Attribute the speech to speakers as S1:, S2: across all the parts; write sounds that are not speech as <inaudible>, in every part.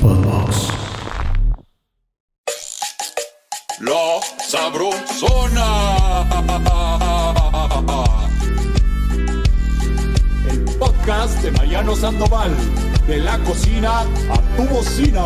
S1: Podbox.
S2: La Sabrosona. El podcast de Mariano Sandoval. De la cocina a tu bocina.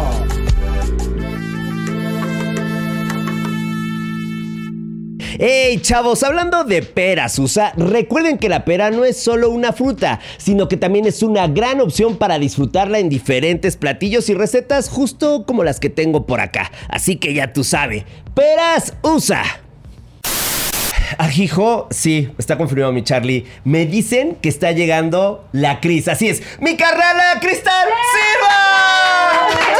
S3: Hey chavos, hablando de pera, Susa, recuerden que la pera no es solo una fruta, sino que también es una gran opción para disfrutarla en diferentes platillos y recetas, justo como las que tengo por acá. Así que ya tú sabes, peras usa. Ajijo, sí, está confirmado mi Charlie. Me dicen que está llegando la Cris. Así es, mi carnala Cristal Silva.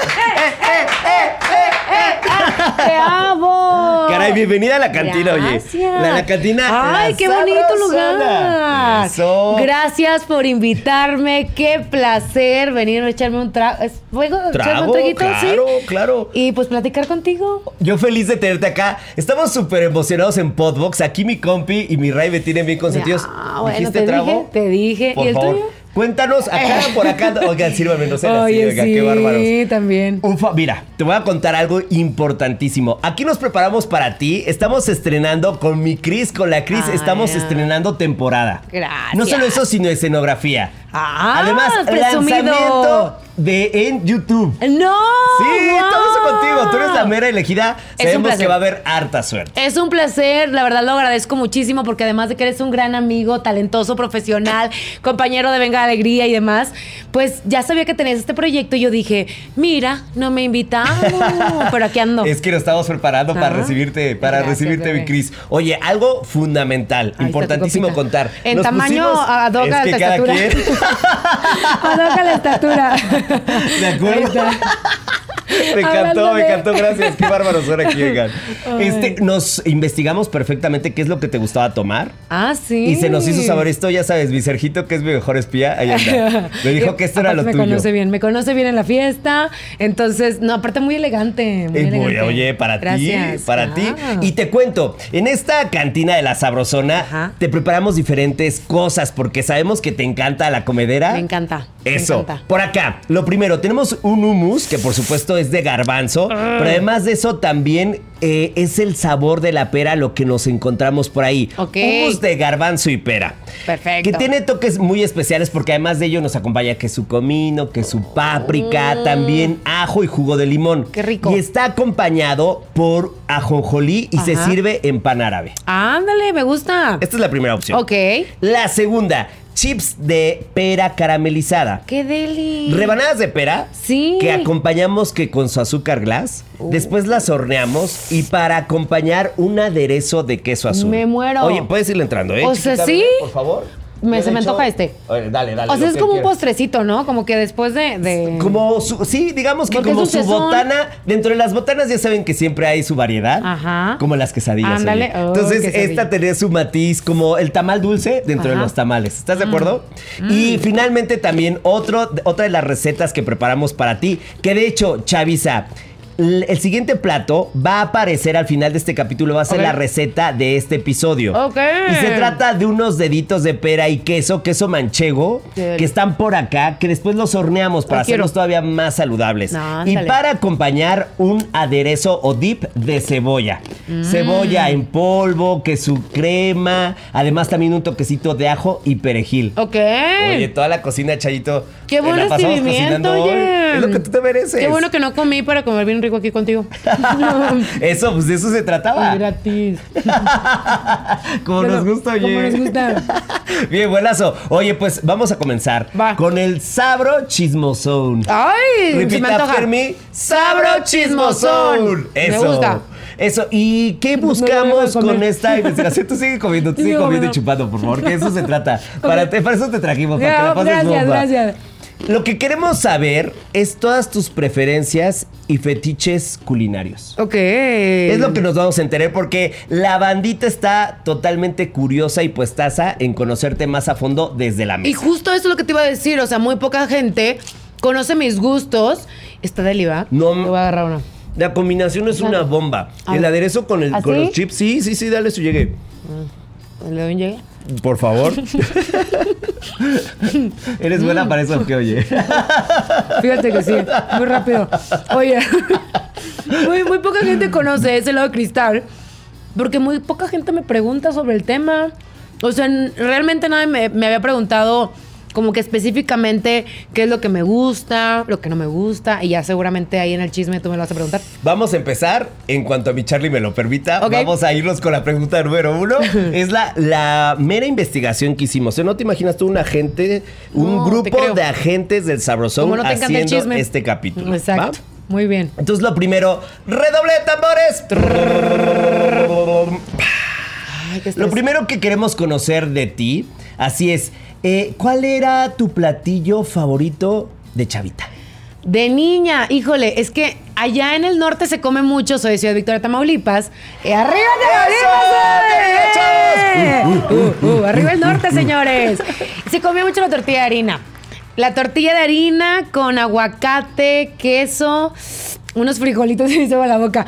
S4: ¡Te amo!
S3: Caray, bienvenida a la cantina, oye.
S4: Gracias.
S3: La, la cantina.
S4: ¡Ay,
S3: La
S4: qué bonito
S3: Sabrosona.
S4: lugar!
S3: Eso.
S4: Gracias por invitarme. Qué placer venir a echarme un trago. ¿Es fuego? ¿Echarme un
S3: Trago,
S4: traguito?
S3: claro,
S4: sí.
S3: claro.
S4: Y pues platicar contigo.
S3: Yo feliz de tenerte acá. Estamos súper emocionados en Podbox. Aquí mi compi y mi Ray me tienen bien consentidos.
S4: Ah, bueno, te dije, te dije.
S3: Por
S4: ¿Y el
S3: favor,
S4: tuyo?
S3: Cuéntanos acá, por
S4: <laughs>
S3: acá. Oigan, sírvame, no sean así,
S4: Oye,
S3: oigan,
S4: sí,
S3: qué bárbaros.
S4: también.
S3: Un fa- Mira, te voy a contar algo importantísimo. Aquí nos preparamos para ti. Estamos estrenando con mi Cris, con la Cris.
S4: Ay,
S3: estamos
S4: ay.
S3: estrenando temporada.
S4: Ah, Gracias.
S3: No solo eso, sino escenografía.
S4: Ah,
S3: Además,
S4: presumido.
S3: lanzamiento de en YouTube.
S4: ¡No!
S3: Sí,
S4: ¡Guau!
S3: todo eso contigo. Tú eres la mera elegida.
S4: Es un
S3: Sabemos
S4: placer.
S3: que va a haber harta suerte.
S4: Es un placer, la verdad lo agradezco muchísimo porque además de que eres un gran amigo, talentoso, profesional, compañero de Venga Alegría y demás, pues ya sabía que tenías este proyecto y yo dije, mira, no me invitaron, pero aquí ando.
S3: Es que nos estamos preparando para
S4: Ajá.
S3: recibirte, para
S4: Gracias,
S3: recibirte, mi
S4: bebé.
S3: Cris. Oye, algo fundamental,
S4: Ahí está tu
S3: importantísimo
S4: copita.
S3: contar.
S4: En
S3: Nos
S4: tamaño
S3: pusimos-
S4: a
S3: Es
S4: Doga
S3: que
S4: la
S3: cada
S4: estatura.
S3: quien- <laughs>
S4: <laughs> A Doga la estatura.
S3: ¿De acuerdo?
S4: Ahí está.
S3: Me encantó,
S4: Hablando
S3: me
S4: de-
S3: encantó, gracias. Qué bárbaros son
S4: <laughs>
S3: aquí, oigan.
S4: Ay.
S3: Este, nos investigamos perfectamente qué es lo que te gustaba tomar.
S4: Ah, sí.
S3: Y se nos hizo saber
S4: <laughs>
S3: esto, ya sabes, mi Sergito, que es mi mejor espía, ahí anda. Me dijo que esto era
S4: Aparte
S3: lo
S4: me
S3: tuyo.
S4: conoce bien, me conoce bien en la fiesta. Entonces, no, aparte muy elegante. Muy
S3: Eh, voy,
S4: elegante.
S3: oye, para ti,
S4: Gracias.
S3: para
S4: Ah.
S3: ti. Y te cuento, en esta cantina de la sabrosona
S4: Ajá.
S3: te preparamos diferentes cosas porque sabemos que te encanta la comedera.
S4: Me encanta. me
S3: Eso.
S4: encanta.
S3: Por acá, lo primero, tenemos un hummus que por supuesto es de garbanzo,
S4: Ah.
S3: pero además de eso también eh, es el sabor de la pera lo que nos encontramos por ahí.
S4: Ok.
S3: Hummus de garbanzo y pera.
S4: Perfecto.
S3: Que tiene toques muy especiales porque además de ello nos acompaña que su comino, que su páprica, también ajo y jugo de limón.
S4: Mm. Qué rico.
S3: Y está acompañado por ajonjolí y se
S4: Ajá.
S3: sirve en pan árabe.
S4: Ándale, me gusta.
S3: Esta es la primera opción.
S4: Ok.
S3: La segunda, chips de pera caramelizada.
S4: ¡Qué deli!
S3: Rebanadas de pera.
S4: Sí. Uh.
S3: Que acompañamos que con su azúcar glass. Después las horneamos y para acompañar un aderezo de queso azul.
S4: Me muero.
S3: Oye, puedes irle entrando, ¿eh?
S4: O sea,
S3: Chiquita,
S4: sí.
S3: bebé, Por favor.
S4: Me-
S3: Ya
S4: se
S3: de
S4: me
S3: hecho-
S4: antoja este.
S3: Oye, dale, dale.
S4: O sea,
S3: lo
S4: es
S3: que
S4: como un
S3: quieras.
S4: postrecito, ¿no? Como que después de. de-
S3: Como su, sí, digamos que
S4: Porque es
S3: como
S4: un
S3: su
S4: sazón.
S3: botana, dentro de las botanas ya saben que siempre hay su variedad,
S4: Ajá.
S3: como las quesadillas.
S4: Ándale,
S3: oye.
S4: oh,
S3: Entonces,
S4: quesadilla.
S3: esta tenía su matiz como el tamal dulce dentro de
S4: Ajá. Mm.
S3: los tamales. ¿Estás de acuerdo? Y finalmente también otro, otra de las recetas que preparamos para ti, que de hecho, Chavisa, l- el siguiente plato va a aparecer al final de este capítulo, va a ser
S4: Ok.
S3: la receta de este episodio.
S4: Ok.
S3: Y se trata de unos deditos de pera y queso, queso manchego,
S4: Qué
S3: que están por acá, que después los horneamos para
S4: Lo quiero.
S3: hacerlos todavía más saludables.
S4: No,
S3: y
S4: ándale.
S3: para acompañar un aderezo o dip de cebolla.
S4: Mm.
S3: Cebolla en polvo, que su crema, además también un toquecito de ajo y perejil.
S4: Ok.
S3: Oye, toda la cocina, Chayito.
S4: Qué
S3: eh,
S4: buen
S3: la pasamos
S4: recibimiento,
S3: cocinando hoy.
S4: oye.
S3: Es lo que tú te mereces.
S4: Qué bueno que no comí para comer bien rico aquí contigo.
S3: <laughs> Eso, pues de eso se trataba.
S4: Gratis.
S3: Como
S4: Bueno,
S3: nos gusta, oye.
S4: como nos gusta.
S3: <laughs> Bien, buenazo. Oye, pues vamos a comenzar
S4: Va. Ah,
S3: con el Sabro Chismosón.
S4: ¡Ay! se
S3: Repeat
S4: me antoja.
S3: after me. Sabro chismosón.
S4: Me
S3: Eso.
S4: gusta.
S3: Eso. ¿Y qué
S4: No lo voy
S3: buscamos
S4: a comer.
S3: con esta investigación? Tú sigue comiendo, tú
S4: Sí,
S3: sigue
S4: no,
S3: comiendo y
S4: no.
S3: chupando, por favor, que eso se
S4: <laughs>
S3: trata. Para, te- para eso te trajimos, para que la
S4: Ya,
S3: pases
S4: gracias,
S3: bomba.
S4: gracias.
S3: Lo que queremos saber es todas tus preferencias y fetiches culinarios.
S4: Ok. Eh.
S3: Es lo que nos vamos a enterar porque la bandita está totalmente curiosa y puestaza en conocerte más a fondo desde la
S4: Y
S3: mesa.
S4: justo eso es lo que te iba a decir. O sea, muy poca gente conoce mis gustos. Está deliva.
S3: No,
S4: Te voy a agarrar una.
S3: La combinación es una bomba.
S4: Ah.
S3: El aderezo con, el, con
S4: ¿Así?
S3: los chips, sí, sí, sí, dale su llegue.
S4: ¿Le doy un llegue?
S3: por
S4: <laughs>
S3: favor. Eres buena para
S4: Mm.
S3: eso que oye.
S4: Fíjate que sí, muy rápido. Oye, <laughs> muy, muy poca gente conoce ese lado de cristal, porque muy poca gente me pregunta sobre el tema. O sea, n- realmente nadie me, me había preguntado como que específicamente qué es lo que me gusta, lo que no me gusta, y ya seguramente ahí en el chisme tú me lo vas a preguntar.
S3: Vamos a empezar, en cuanto a mi Charlie me lo permita,
S4: Ok.
S3: vamos a irnos con la pregunta número uno. es la, la mera investigación que hicimos. O sea, no te imaginas tú un agente, un
S4: No, te
S3: grupo
S4: creo.
S3: de agentes del Sabrosón
S4: Como no te encanta el
S3: haciendo
S4: chisme.
S3: este capítulo. ¿va?
S4: Exacto. Muy bien.
S3: Entonces lo primero, redoble de tambores.
S4: Ay, qué
S3: Lo
S4: estrés.
S3: primero que queremos conocer de ti, así es, eh, ¿cuál era tu platillo favorito de Chavita?
S4: De niña, híjole, es que allá en el norte se come mucho, soy de Ciudad Victoria, Tamaulipas. ¡Eh, ¡Arriba Tamaulipas! eh! Uh, uh, ¡Arriba el norte, señores! Se comía mucho la tortilla de harina. La tortilla de harina con aguacate, queso, unos frijolitos, <laughs> se me hizo agua la boca,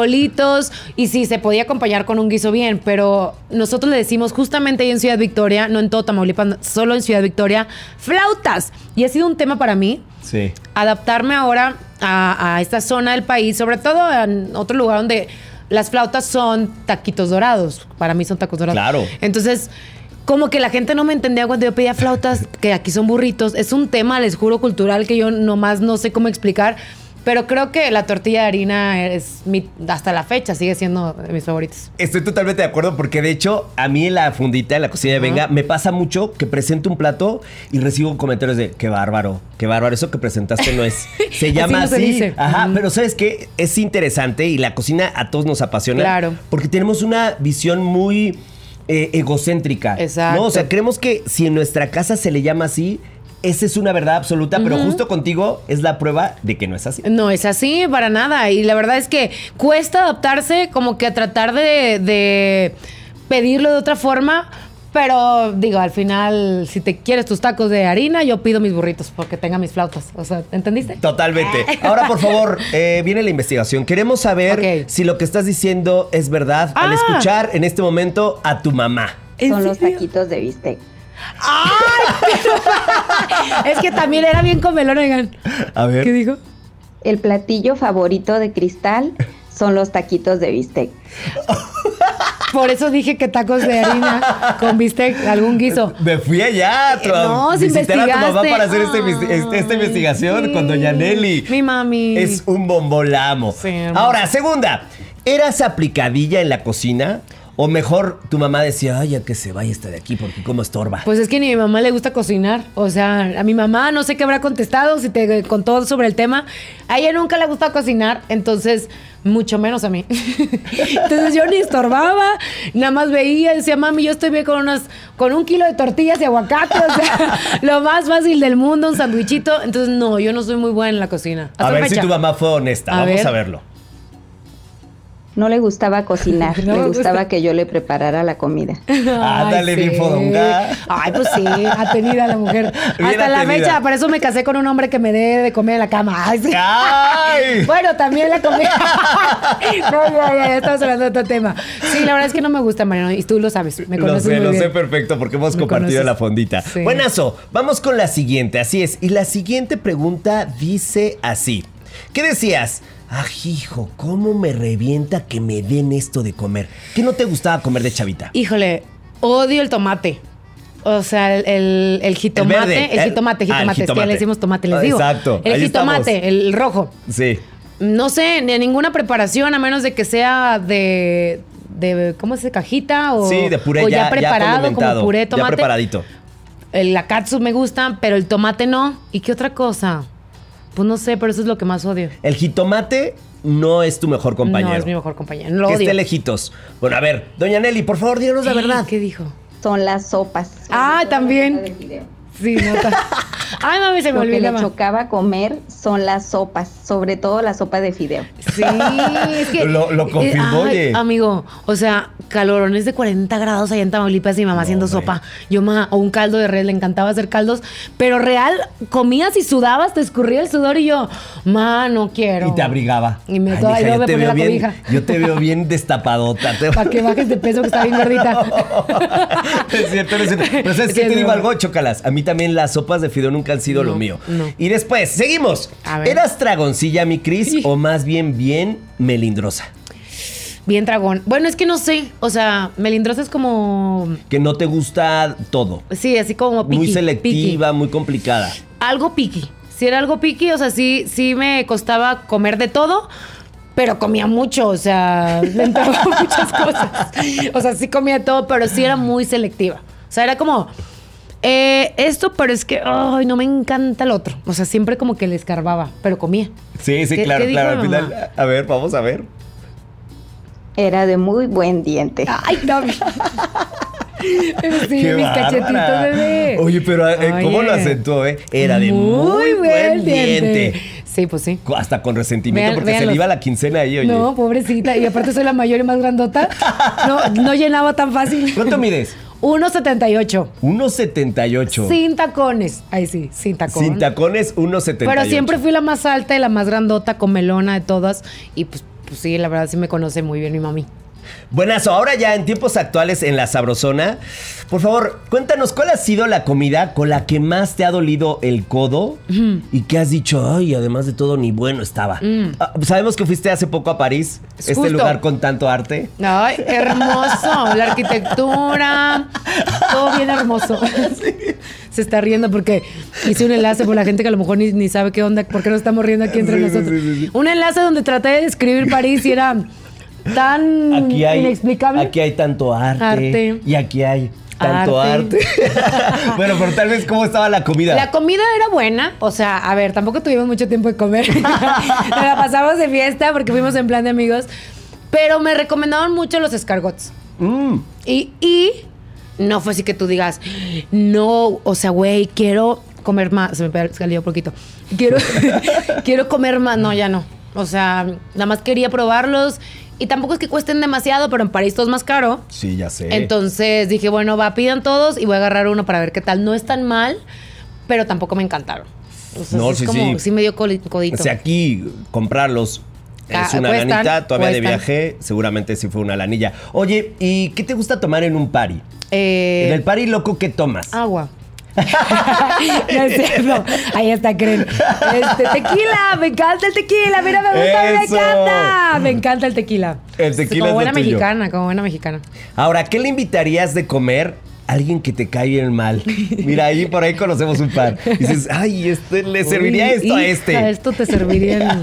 S4: frijolitos, y sí, se podía acompañar con un guiso bien, pero nosotros le decimos justamente ahí en Ciudad Victoria, no en todo Tamaulipas, solo en Ciudad Victoria, flautas. Y ha sido un tema para mí,
S3: Sí.
S4: adaptarme ahora a, a esta zona del país, sobre todo en otro lugar donde las flautas son taquitos dorados. Para mí son tacos dorados.
S3: Claro.
S4: Entonces, como que la gente no me entendía cuando yo pedía flautas, que aquí son burritos. Es un tema, les juro, cultural que yo nomás no sé cómo explicar. Pero creo que la tortilla de harina es mi, hasta la fecha, sigue siendo de mis favoritos.
S3: Estoy totalmente de acuerdo porque de hecho a mí en la fundita, en la cocina de Venga, me pasa mucho que presento un plato y recibo comentarios de qué bárbaro, qué bárbaro, eso que presentaste no
S4: <laughs>
S3: es. Se
S4: Así
S3: llama
S4: no se
S3: así.
S4: dice.
S3: Ajá,
S4: Ujú.
S3: pero ¿sabes qué? Es interesante y la cocina a todos nos apasiona.
S4: Claro.
S3: Porque tenemos una visión muy eh, egocéntrica.
S4: Exacto.
S3: ¿no? O sea, creemos que si en nuestra casa se le llama así, esa es una verdad absoluta, pero justo contigo es la prueba de que no es así.
S4: No es así, para nada. Y la verdad es que cuesta adaptarse como que a tratar de, de pedirlo de otra forma. Pero digo, al final, si te quieres tus tacos de harina, yo pido mis burritos porque tenga mis flautas. O sea, ¿entendiste?
S3: Totalmente. Ahora, por favor, eh, viene la investigación. Queremos saber
S4: Ok.
S3: si lo que estás diciendo es verdad al
S4: Ah.
S3: escuchar en este momento a tu mamá.
S5: Son los
S4: serio?
S5: taquitos de bistec.
S4: Es que también era bien comelón, oigan.
S3: A ver.
S4: ¿Qué dijo?
S5: El platillo favorito de Cristal son los taquitos de bistec.
S4: Por eso dije que tacos de harina con bistec, algún guiso. Eh,
S3: Me fui allá a tu- a
S4: No, si
S3: visitar a tu mamá
S4: investigaste.
S3: para hacer este inves-
S4: Ay,
S3: este- esta investigación
S4: sí.
S3: con doña Nelly.
S4: Mi mami.
S3: Es un bombolamo.
S4: Sí, hermano.
S3: Ahora, segunda. ¿Eras aplicadilla en la cocina? O mejor, tu mamá decía, ay, ya que se vaya esta de aquí porque cómo estorba.
S4: Pues es que ni a mi mamá le gusta cocinar. O sea, a mi mamá no sé qué habrá contestado, si te contó sobre el tema. A ella nunca le gusta cocinar, entonces mucho menos a mí. <laughs> entonces yo ni estorbaba, nada más veía, decía, mami, yo estoy bien con unas, con un kilo de tortillas y aguacate. O sea, <laughs> lo más fácil del mundo, un sandwichito. Entonces, no, yo no soy muy buena en la cocina. Hasta
S3: a ver
S4: fecha.
S3: si tu mamá fue honesta.
S4: A
S3: Vamos
S4: ver.
S3: a verlo.
S5: No le gustaba
S4: <laughs>
S5: cocinar,
S4: No me
S5: le
S4: gusta.
S5: gustaba que yo le preparara la comida.
S3: Ah,
S4: <laughs> Ay,
S3: dale,
S4: sí.
S3: bien fodonga.
S4: Ay, pues sí, atenida la mujer.
S3: Bien
S4: Hasta
S3: atenida.
S4: la
S3: Ah,
S4: fecha, por eso me casé con un hombre que me dé de comer en la cama. Ay, sí. <laughs>
S3: ¡Ay!
S4: Bueno, también la comida.
S3: <laughs>
S4: no, ya, ya, ya estamos hablando de otro tema. Sí, la verdad es que no me gusta, Mariano, y tú lo sabes. Me
S3: Lo
S4: conoces
S3: sé,
S4: muy
S3: lo
S4: bien.
S3: sé perfecto porque hemos
S4: Me
S3: compartido
S4: conoces.
S3: la fondita.
S4: Sí.
S3: Buenazo, vamos con la siguiente, así es. Y la siguiente pregunta dice así. ¿Qué decías? Ah, hijo, ¿cómo me revienta que me den esto de comer? ¿Qué no te gustaba comer de chavita?
S4: Híjole, odio el tomate. O sea, el, el, el jitomate. El,
S3: verde, el-
S4: jitomate,
S3: ah, el
S4: jitomate. es que
S3: jitomate.
S4: le decimos tomate, les
S3: Ah,
S4: digo.
S3: exacto,
S4: El
S3: ahí
S4: jitomate,
S3: estamos.
S4: el rojo.
S3: Sí.
S4: No sé, ni a ninguna preparación, a menos de que sea de. de ¿Cómo se dice? Cajita o,
S3: sí, de puré
S4: o
S3: ya,
S4: ya,
S3: ya
S4: preparado,
S3: condimentado,
S4: como puré de
S3: Ya
S4: tomate.
S3: preparadito.
S4: El katsu me gusta, pero el tomate no. ¿Y qué otra cosa? Pues no sé, pero eso es lo que más odio.
S3: El jitomate no es tu mejor compañero.
S4: No, es mi mejor compañero. Lo
S3: que
S4: odio.
S3: esté lejitos. Bueno, a ver, doña Nelly, por favor, díganos la verdad.
S4: ¿Qué dijo?
S5: Son las sopas. <laughs>
S4: Ah, también. Sí, nota. Ay, mami, se me
S5: Lo que
S4: olvidó.
S5: le
S4: ma.
S5: chocaba comer son las sopas, sobre todo la sopa de fideo.
S4: Sí, es que.
S3: Lo- lo
S4: eh,
S3: confirmó,
S4: ay,
S3: oye.
S4: Amigo, o sea, calorones de 40 grados allá en Tamaulipas y mi mamá
S3: No,
S4: haciendo
S3: hombre.
S4: sopa. Yo, ma, o un caldo de red, le encantaba hacer caldos. Pero real, comías y sudabas, te escurría el sudor y yo, ma, no quiero.
S3: Y te abrigaba.
S4: Y me-
S3: Ay,
S4: ay,
S3: mija,
S4: luego me ponía la
S3: bien,
S4: cobija.
S3: yo te veo
S4: <laughs>
S3: bien destapadota. te-
S4: Para que bajes de peso, que está bien gordita.
S3: <laughs> es cierto, es cierto. Pero ¿sabes
S4: Es
S3: qué
S4: que
S3: te
S4: es
S3: digo
S4: broma.
S3: algo, chocalas? A mí también las sopas de fideo nunca han sido lo
S4: No,
S3: mío.
S4: no.
S3: Y después, seguimos.
S4: A ver.
S3: ¿Eras dragoncilla, mi Cris, o más bien bien melindrosa?
S4: Bien dragón. Bueno, es que no sé. O sea, melindrosa es como.
S3: Que no te gusta todo.
S4: Sí, así como piqui.
S3: muy
S4: piqui.
S3: selectiva, muy complicada.
S4: algo piqui. Si era algo piqui, o sea, sí, sí me costaba comer de todo, pero comía mucho, o sea, <laughs> le entraba muchas cosas. O sea, sí comía de todo, pero sí era muy selectiva. O sea, era como, eh, esto, pero es que, ay, no me encanta el otro. O sea, siempre como que le escarbaba, pero comía.
S3: Sí, sí,
S4: ¿Qué-
S3: claro,
S4: qué dijo
S3: claro. Al
S4: mi mamá?
S3: final, a ver, vamos a ver.
S5: Era de muy buen diente.
S4: Ay, no.
S3: <laughs>
S4: Pero sí,
S3: Qué
S4: mis
S3: bárbara.
S4: cachetitos, bebé.
S3: Oye, pero eh, ¿cómo lo
S4: Oye.
S3: acentuó, eh? Era de muy, buen diente.
S4: Sí, pues sí.
S3: Cu- Hasta con resentimiento
S4: Vean-
S3: porque se
S4: véanlos.
S3: le iba la quincena ahí, oye.
S4: No, pobrecita. Y aparte soy la mayor y más grandota. No, no llenaba tan fácil.
S3: ¿Cuánto mides?
S4: 1.78.
S3: 1.78.
S4: Sin tacones. Ahí sí, sin tacones.
S3: Sin tacones, 1.78.
S4: Pero siempre fui la más alta y la más grandota, comelona de todas. Y pues, pues sí, la verdad sí me conoce muy bien mi mami.
S3: Buenazo, ahora ya en tiempos actuales en la Sabrosona, por favor, cuéntanos cuál ha sido la comida con la que más te ha dolido el codo y que has dicho, ay, además de todo, ni bueno estaba. Ah, sabemos que fuiste hace poco a París,
S4: Mm. Es
S3: este
S4: justo.
S3: lugar con tanto arte.
S4: Ay, hermoso. La arquitectura. Todo bien hermoso. Se está riendo porque hice un enlace por la gente que a lo mejor ni, ni sabe qué onda, porque nos estamos riendo aquí entre
S3: Sí, sí,
S4: nosotros.
S3: sí, sí, sí.
S4: Un enlace donde traté de describir París y era tan
S3: Aquí hay,
S4: Mm, inexplicable.
S3: aquí hay tanto arte,
S4: Arte.
S3: y aquí hay tanto arte.
S4: Arte.
S3: <laughs> bueno, pero tal vez cómo estaba la comida.
S4: La comida era buena, o sea, a ver, tampoco tuvimos mucho tiempo
S3: <laughs>
S4: de comer. Nos la pasamos de fiesta porque fuimos en plan de amigos. Pero me recomendaron mucho los escargots.
S3: Mm.
S4: Y, y no fue así que tú digas, no, o sea, güey, quiero comer más. Se me pe- salió poquito.
S3: <laughs>
S4: Quiero, <laughs> quiero comer más. No, ya no. O sea, nada más quería probarlos. Y tampoco es que cuesten demasiado, pero en París todo es más caro.
S3: Sí, ya sé.
S4: Entonces dije, bueno, va, pidan todos y voy a agarrar uno para ver qué tal. No es tan mal, pero tampoco me encantaron. O sea,
S3: No,
S4: es
S3: sí,
S4: como,
S3: sí.
S4: me dio coli- codito.
S3: O sea, aquí comprarlos
S4: Ah,
S3: es una
S4: cuestan,
S3: lanita, todavía de
S4: cuestan.
S3: viaje, seguramente sí fue una lanilla. Oye, ¿y qué te gusta tomar en un party?
S4: Eh, Ah.
S3: en el party loco, ¿qué tomas?
S4: Agua. <laughs> no es cierto. Ahí está, creen. Este, tequila, me encanta el tequila. Mira, me gusta, me
S3: Eso.
S4: encanta. Me encanta el tequila.
S3: El tequila
S4: Como
S3: es lo
S4: buena
S3: tuyo.
S4: mexicana, como buena mexicana.
S3: Ahora, ¿qué le invitarías de comer a alguien que te cae bien
S4: <laughs>
S3: mal? Mira, ahí por ahí conocemos un par. Y dices, ay, este, le serviría
S4: Uy,
S3: esto a
S4: hija,
S3: este.
S4: Esto te serviría.
S3: <laughs>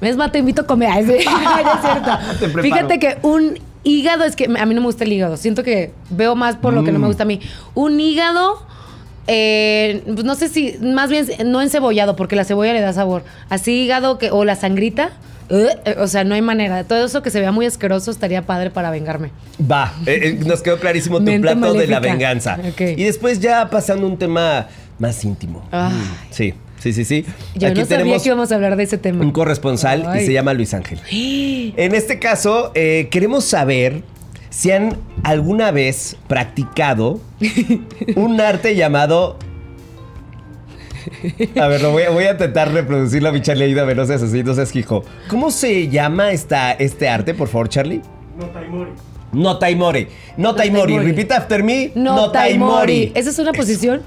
S4: en- Es más, te invito a comer. <laughs> Ay, sí. Ay, no es
S3: Te
S4: cierto.
S3: preparo.
S4: Fíjate que un hígado es que a mí no me gusta el hígado. Siento que veo más por lo que
S3: Mm.
S4: no me gusta a mí. Un hígado. eh, pues no sé si, más bien no encebollado, porque la cebolla le da sabor. Así hígado que, o la sangrita, eh, eh, o sea, no hay manera. Todo eso que se vea muy asqueroso estaría padre para vengarme.
S3: Va, eh, eh, nos quedó clarísimo tu
S4: Mente
S3: plato de la
S4: maléfica.
S3: venganza.
S4: Ok.
S3: Y después ya pasando a un tema más íntimo.
S4: Ay.
S3: Mm, Sí, sí, sí, sí.
S4: Ah, Yo no sabía que íbamos a hablar de ese tema.
S3: un corresponsal y
S4: Ay. ¡Eh!
S3: se llama Luis
S4: <gasps>
S3: Ángel. En este caso, eh, queremos saber si han alguna vez
S4: <laughs>
S3: practicado un arte llamado. A ver, lo voy, a- voy a intentar reproducirlo, mi Charlie. Ayúdame, no seas así, no seas hijo. ¿Cómo se llama esta, este arte, por favor, Charlie? No taimori. No taimori.
S4: taimori.
S3: Repeat after me.
S4: No, Taimori.
S3: taimori.
S4: Esa es una posición.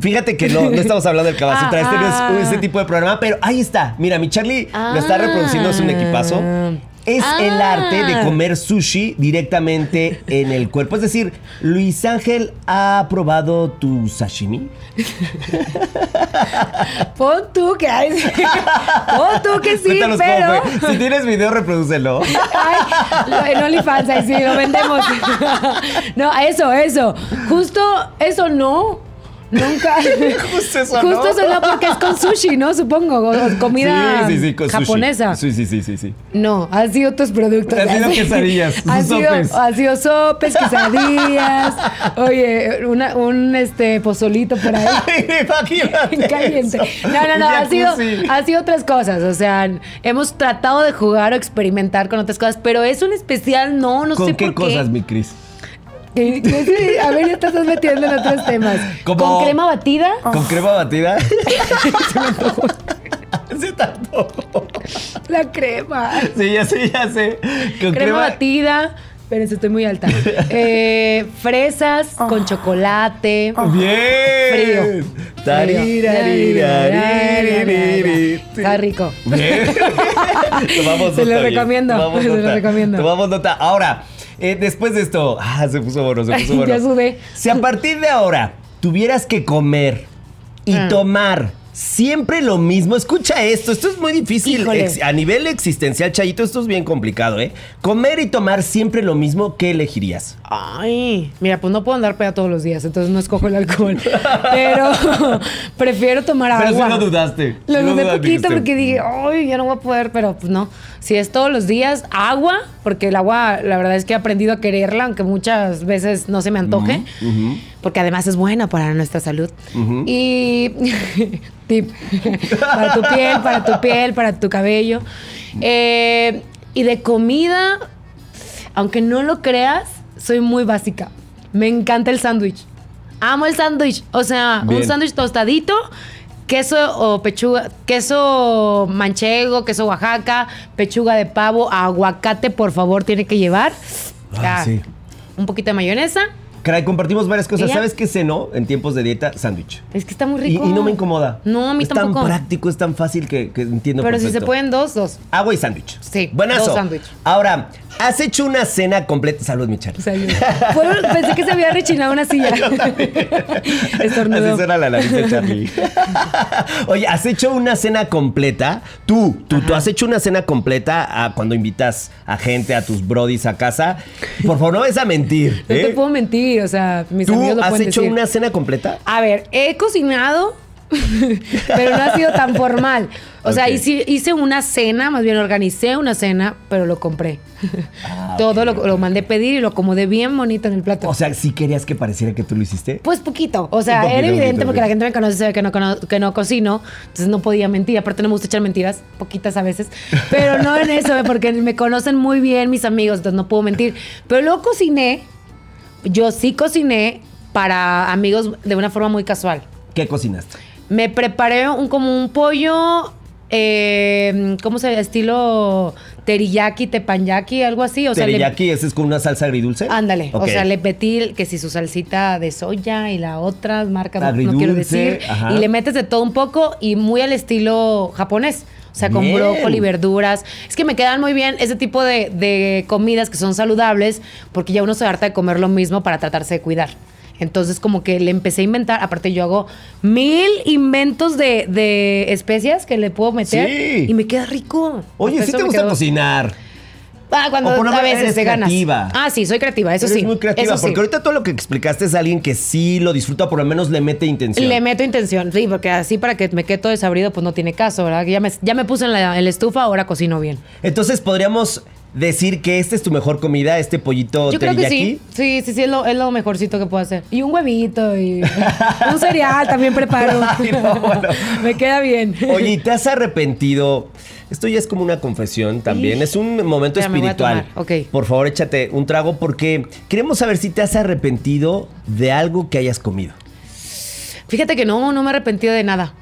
S3: Fíjate que no,
S4: <laughs>
S3: no estamos hablando del Cabasutra, este no es ese tipo de programa, pero ahí está. Mira, mi Charlie lo está reproduciendo, es un equipazo. Es
S4: Ah.
S3: el arte de comer sushi directamente en el cuerpo. Es decir, Luis Ángel ha probado tu sashimi.
S4: Pon tú que
S3: <laughs>
S4: hay. Pon tú que sí,
S3: Cuéntanos cómo
S4: pero.
S3: fue. Si tienes video, reprodúcelo.
S4: Ay, lo- en OnlyFans, ahí sí, <laughs> lo vendemos. No, eso, eso. Justo eso no. Nunca.
S3: <laughs> Justo eso, ¿no?
S4: Justo eso, no, porque es con sushi, ¿no? Supongo. o comida
S3: con sushi.
S4: japonesa.
S3: Sí, sí, sí, sí, sí. <laughs>
S4: No, han sido otros productos.
S3: Han sido quesadillas,
S4: <laughs> Han sido,
S3: sopes.
S4: han sido sopes, quesadillas. Oye, una- un este pozolito por ahí.
S3: Imagínate.
S4: <laughs> Caliente.
S3: eso.
S4: No, no, no,
S3: Un
S4: ha sido,
S3: jacuzzi.
S4: ha sido otras cosas. O sea, hemos tratado de jugar o experimentar con otras cosas, pero eso en especial no, no sé
S3: ¿Con qué
S4: por qué.
S3: cosas, mi Cris?
S4: Que- que sí, A ver, ya te estás metiendo en otros
S3: <laughs>
S4: temas.
S3: Como-
S4: ¿Con crema batida?
S3: ¿Con crema batida? <laughs> Se me antojó.
S4: La crema.
S3: Sí, ya sé, ya sé. Con
S4: Crema batida. Espérense, estoy muy
S3: <laughs>
S4: alta. Eh, fresas con chocolate.
S3: Ah. Bien.
S4: Frío.
S3: Tarirariririri.
S4: Está rico. <laughs>
S3: Bien. <laughs> Tomamos
S4: Se lo
S3: nota, oye.
S4: recomiendo,
S3: Tomamos
S4: se lo
S3: nota.
S4: recomiendo.
S3: Tomamos nota. Ahora, eh, después de esto, ah, se puso bueno, se puso
S4: <laughs> Ya
S3: bueno.
S4: sudé.
S3: Si a partir de ahora tuvieras que comer y
S4: Ah.
S3: tomar siempre lo mismo, escucha esto, esto es muy difícil.
S4: Híjole.
S3: Ex- a nivel existencial, Chayito, esto es bien complicado, ¿eh? Comer y tomar siempre lo mismo, ¿qué elegirías?
S4: Ay, mira, pues no puedo andar peda todos los días, entonces no escojo el alcohol. <laughs> Pero prefiero tomar
S3: Pero
S4: agua.
S3: sí lo dudaste,
S4: Lo
S3: sí lo
S4: dudé
S3: dudaste.
S4: poquito porque dije, ay, ya no voy a poder, pero pues no. Si es todos los días, agua, porque el agua, la verdad es que he aprendido a quererla, aunque muchas veces no se me antoje, porque además es buena para nuestra salud. Y <laughs> tip, <laughs> para tu piel, para tu piel, para tu cabello. Eh, y de comida, aunque no lo creas, soy muy básica. Me encanta el sándwich. Amo el sándwich. O sea,
S3: Bien.
S4: un sándwich tostadito, queso o pechuga, queso manchego, queso Oaxaca, pechuga de pavo, aguacate, por favor, tiene que llevar.
S3: Ah,
S4: Ya,
S3: sí.
S4: Un poquito de mayonesa.
S3: Caray, compartimos varias cosas.
S4: ¿Ella?
S3: ¿Sabes qué cenó en tiempos de dieta? Sándwich.
S4: Es que está muy
S3: Y,
S4: rico.
S3: y no me incomoda.
S4: No, a mí
S3: es
S4: tampoco.
S3: tan práctico, es tan fácil que, que entiendo
S4: Pero si
S3: perfecto.
S4: se pueden dos, dos.
S3: Agua y sándwich.
S4: Sí,
S3: Buenazo.
S4: dos sándwich.
S3: Ahora, has hecho una cena completa. Salud, mi Charlie.
S4: O
S3: <laughs>
S4: sea, yo- Fue- pensé que se había rechinado una silla. <laughs> Estornudó.
S3: Así suena la nariz de
S4: <laughs>
S3: Charlie. Oye, ¿has hecho una cena completa? Tú, tú, tú has hecho una cena completa a cuando invitas a gente, a tus brodis a casa. Por favor, no ves a mentir.
S4: No te
S3: ¿eh?
S4: puedo mentir, o sea, mis amigos
S3: ¿Tú
S4: lo
S3: has
S4: pueden
S3: hecho
S4: decir.
S3: una cena completa?
S4: A ver, he cocinado, <laughs> pero no ha sido tan formal. O sea,
S3: Ok.
S4: hice, hice una cena, más bien organicé una cena, pero lo compré. Todo lo, lo mandé pedir y lo acomodé bien bonito en el plato.
S3: Ah, O sea, ¿sí querías que pareciera que tú lo hiciste?
S4: pues poquito, o sea,
S3: Un poquito,
S4: era evidente
S3: poquito,
S4: porque
S3: ok.
S4: la gente me conoce, sabe que no, cono- que no cocino, entonces no podía mentir, aparte no me gusta echar mentiras, poquitas a veces, pero no en eso, eh, porque me conocen muy bien mis amigos, entonces no puedo mentir. Pero luego cociné, yo sí cociné para amigos de una forma muy casual.
S3: ¿Qué cocinaste?
S4: Me preparé un, como un pollo, eh, ¿cómo se Estilo teriyaki, tepanyaki, algo así. O sea, le-
S3: Teriyaki, ese es con una salsa agridulce.
S4: ándale.
S3: Ok.
S4: O sea, le metí el- que si su salsita de soya y la otra marca, no- no,
S3: Agridulce,
S4: quiero decir.
S3: Ah, ajá.
S4: Y le metes de todo un poco y muy al estilo japonés. O sea, con
S3: Bien.
S4: brócoli, verduras. Es que me quedan muy bien ese tipo de, de comidas que son saludables porque ya uno se harta de comer lo mismo para tratarse de cuidar. Entonces como que le empecé a inventar, aparte yo hago mil inventos de, de especias que le puedo meter
S3: Sí.
S4: y me queda rico.
S3: Oye,
S4: Por
S3: sí
S4: eso
S3: te
S4: me
S3: gusta
S4: quedó-
S3: cocinar.
S4: Ah, cuando
S3: O por lo
S4: a
S3: menos
S4: veces
S3: eres
S4: te ganas.
S3: creativa.
S4: Ah, sí, soy creativa, eso
S3: Eres
S4: sí.
S3: muy creativa,
S4: eso sí.
S3: porque ahorita todo lo que explicaste es alguien que sí lo disfruta, por lo menos le mete intención.
S4: Le meto intención, sí, porque así para que me quede todo desabrido, pues no tiene caso, ¿verdad? Que Ya me, ya me puse en la, en la estufa, ahora cocino bien.
S3: Entonces podríamos decir que esta es tu mejor comida, este pollito
S4: Yo creo
S3: teriyaki.
S4: que sí. Sí, sí, sí, es lo, es lo mejorcito que puedo hacer. Y un
S3: <laughs>
S4: huevito y un cereal también preparo.
S3: Ay, no, bueno.
S4: <laughs> me queda bien.
S3: Oye, ¿y
S4: <laughs>
S3: ¿te has arrepentido? Esto ya es como una confesión también.
S4: Ix.
S3: Es un momento
S4: Espera, me voy a
S3: espiritual.
S4: tomar, ok.
S3: Por favor, échate un trago porque queremos saber si te has arrepentido de algo que hayas
S4: <laughs>
S3: comido.
S4: Fíjate que no, no me arrepentí de nada.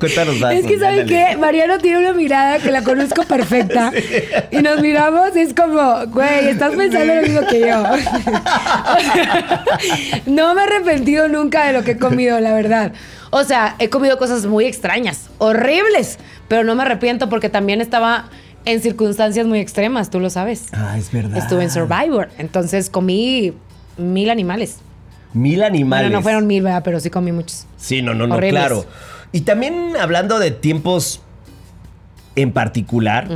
S3: Cuéntanos más.
S4: Es que, ¿saben
S3: ándale.
S4: qué? Mariano tiene una mirada que la conozco
S3: <laughs>
S4: perfecta. Y nos miramos y es como, güey, estás pensando lo mismo que yo. <laughs> O sea, no me he arrepentido nunca de lo que he comido, la verdad. O sea, he comido cosas muy extrañas, horribles, pero no me arrepiento porque también estaba en circunstancias muy extremas, tú lo sabes.
S3: Ah, es verdad.
S4: Estuve en Survivor, entonces comí mil animales.
S3: Mil animales.
S4: Bueno, no fueron mil, ¿verdad? Pero sí comí muchos.
S3: Sí, no, no, no,
S4: Horribles.
S3: claro. Y también hablando de tiempos en particular,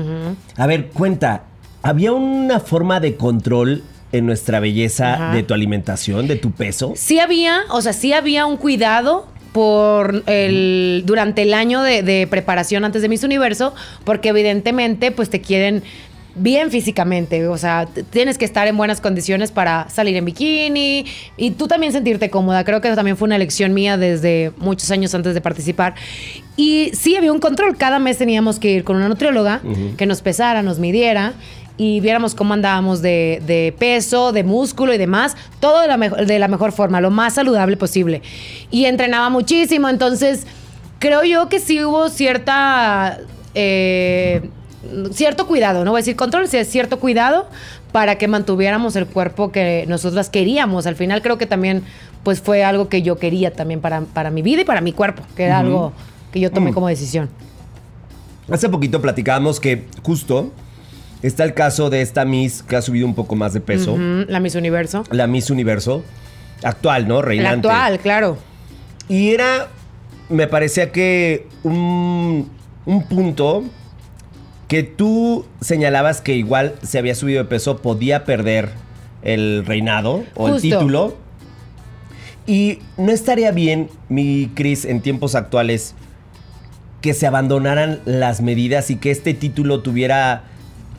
S3: a ver, cuenta, ¿había una forma de control en nuestra belleza
S4: Ajá.
S3: de tu alimentación, de tu peso?
S4: Sí había, o sea, sí había un cuidado por el durante el año de, de preparación antes de Miss Universo, porque evidentemente pues te quieren bien físicamente, o sea, t- tienes que estar en buenas condiciones para salir en bikini y tú también sentirte cómoda. Creo que eso también fue una elección mía desde muchos años antes de participar. Y sí había un control, cada mes teníamos que ir con una nutrióloga que nos pesara, nos midiera y viéramos cómo andábamos de, de peso, de músculo y demás, todo de la, mejo- de la mejor forma, lo más saludable posible. Y entrenaba muchísimo, entonces creo yo que sí hubo cierta... eh, cierto cuidado, no voy a decir control, sí, cierto cuidado para que mantuviéramos el cuerpo que nosotras queríamos. Al final creo que también pues fue algo que yo quería también para, para mi vida y para mi cuerpo, que era algo que yo tomé como decisión.
S3: Hace poquito platicábamos que justo está el caso de esta Miss que ha subido un poco más de peso,
S4: Ujú, La Miss Universo.
S3: la Miss Universo actual, ¿no?
S4: La
S3: Reinante.
S4: actual, claro.
S3: Y era, me parecía que un, un punto que tú señalabas que igual se había subido de peso, podía perder el reinado o el
S4: Justo.
S3: título. Y no estaría bien, mi Cris, en tiempos actuales, que se abandonaran las medidas y que este título tuviera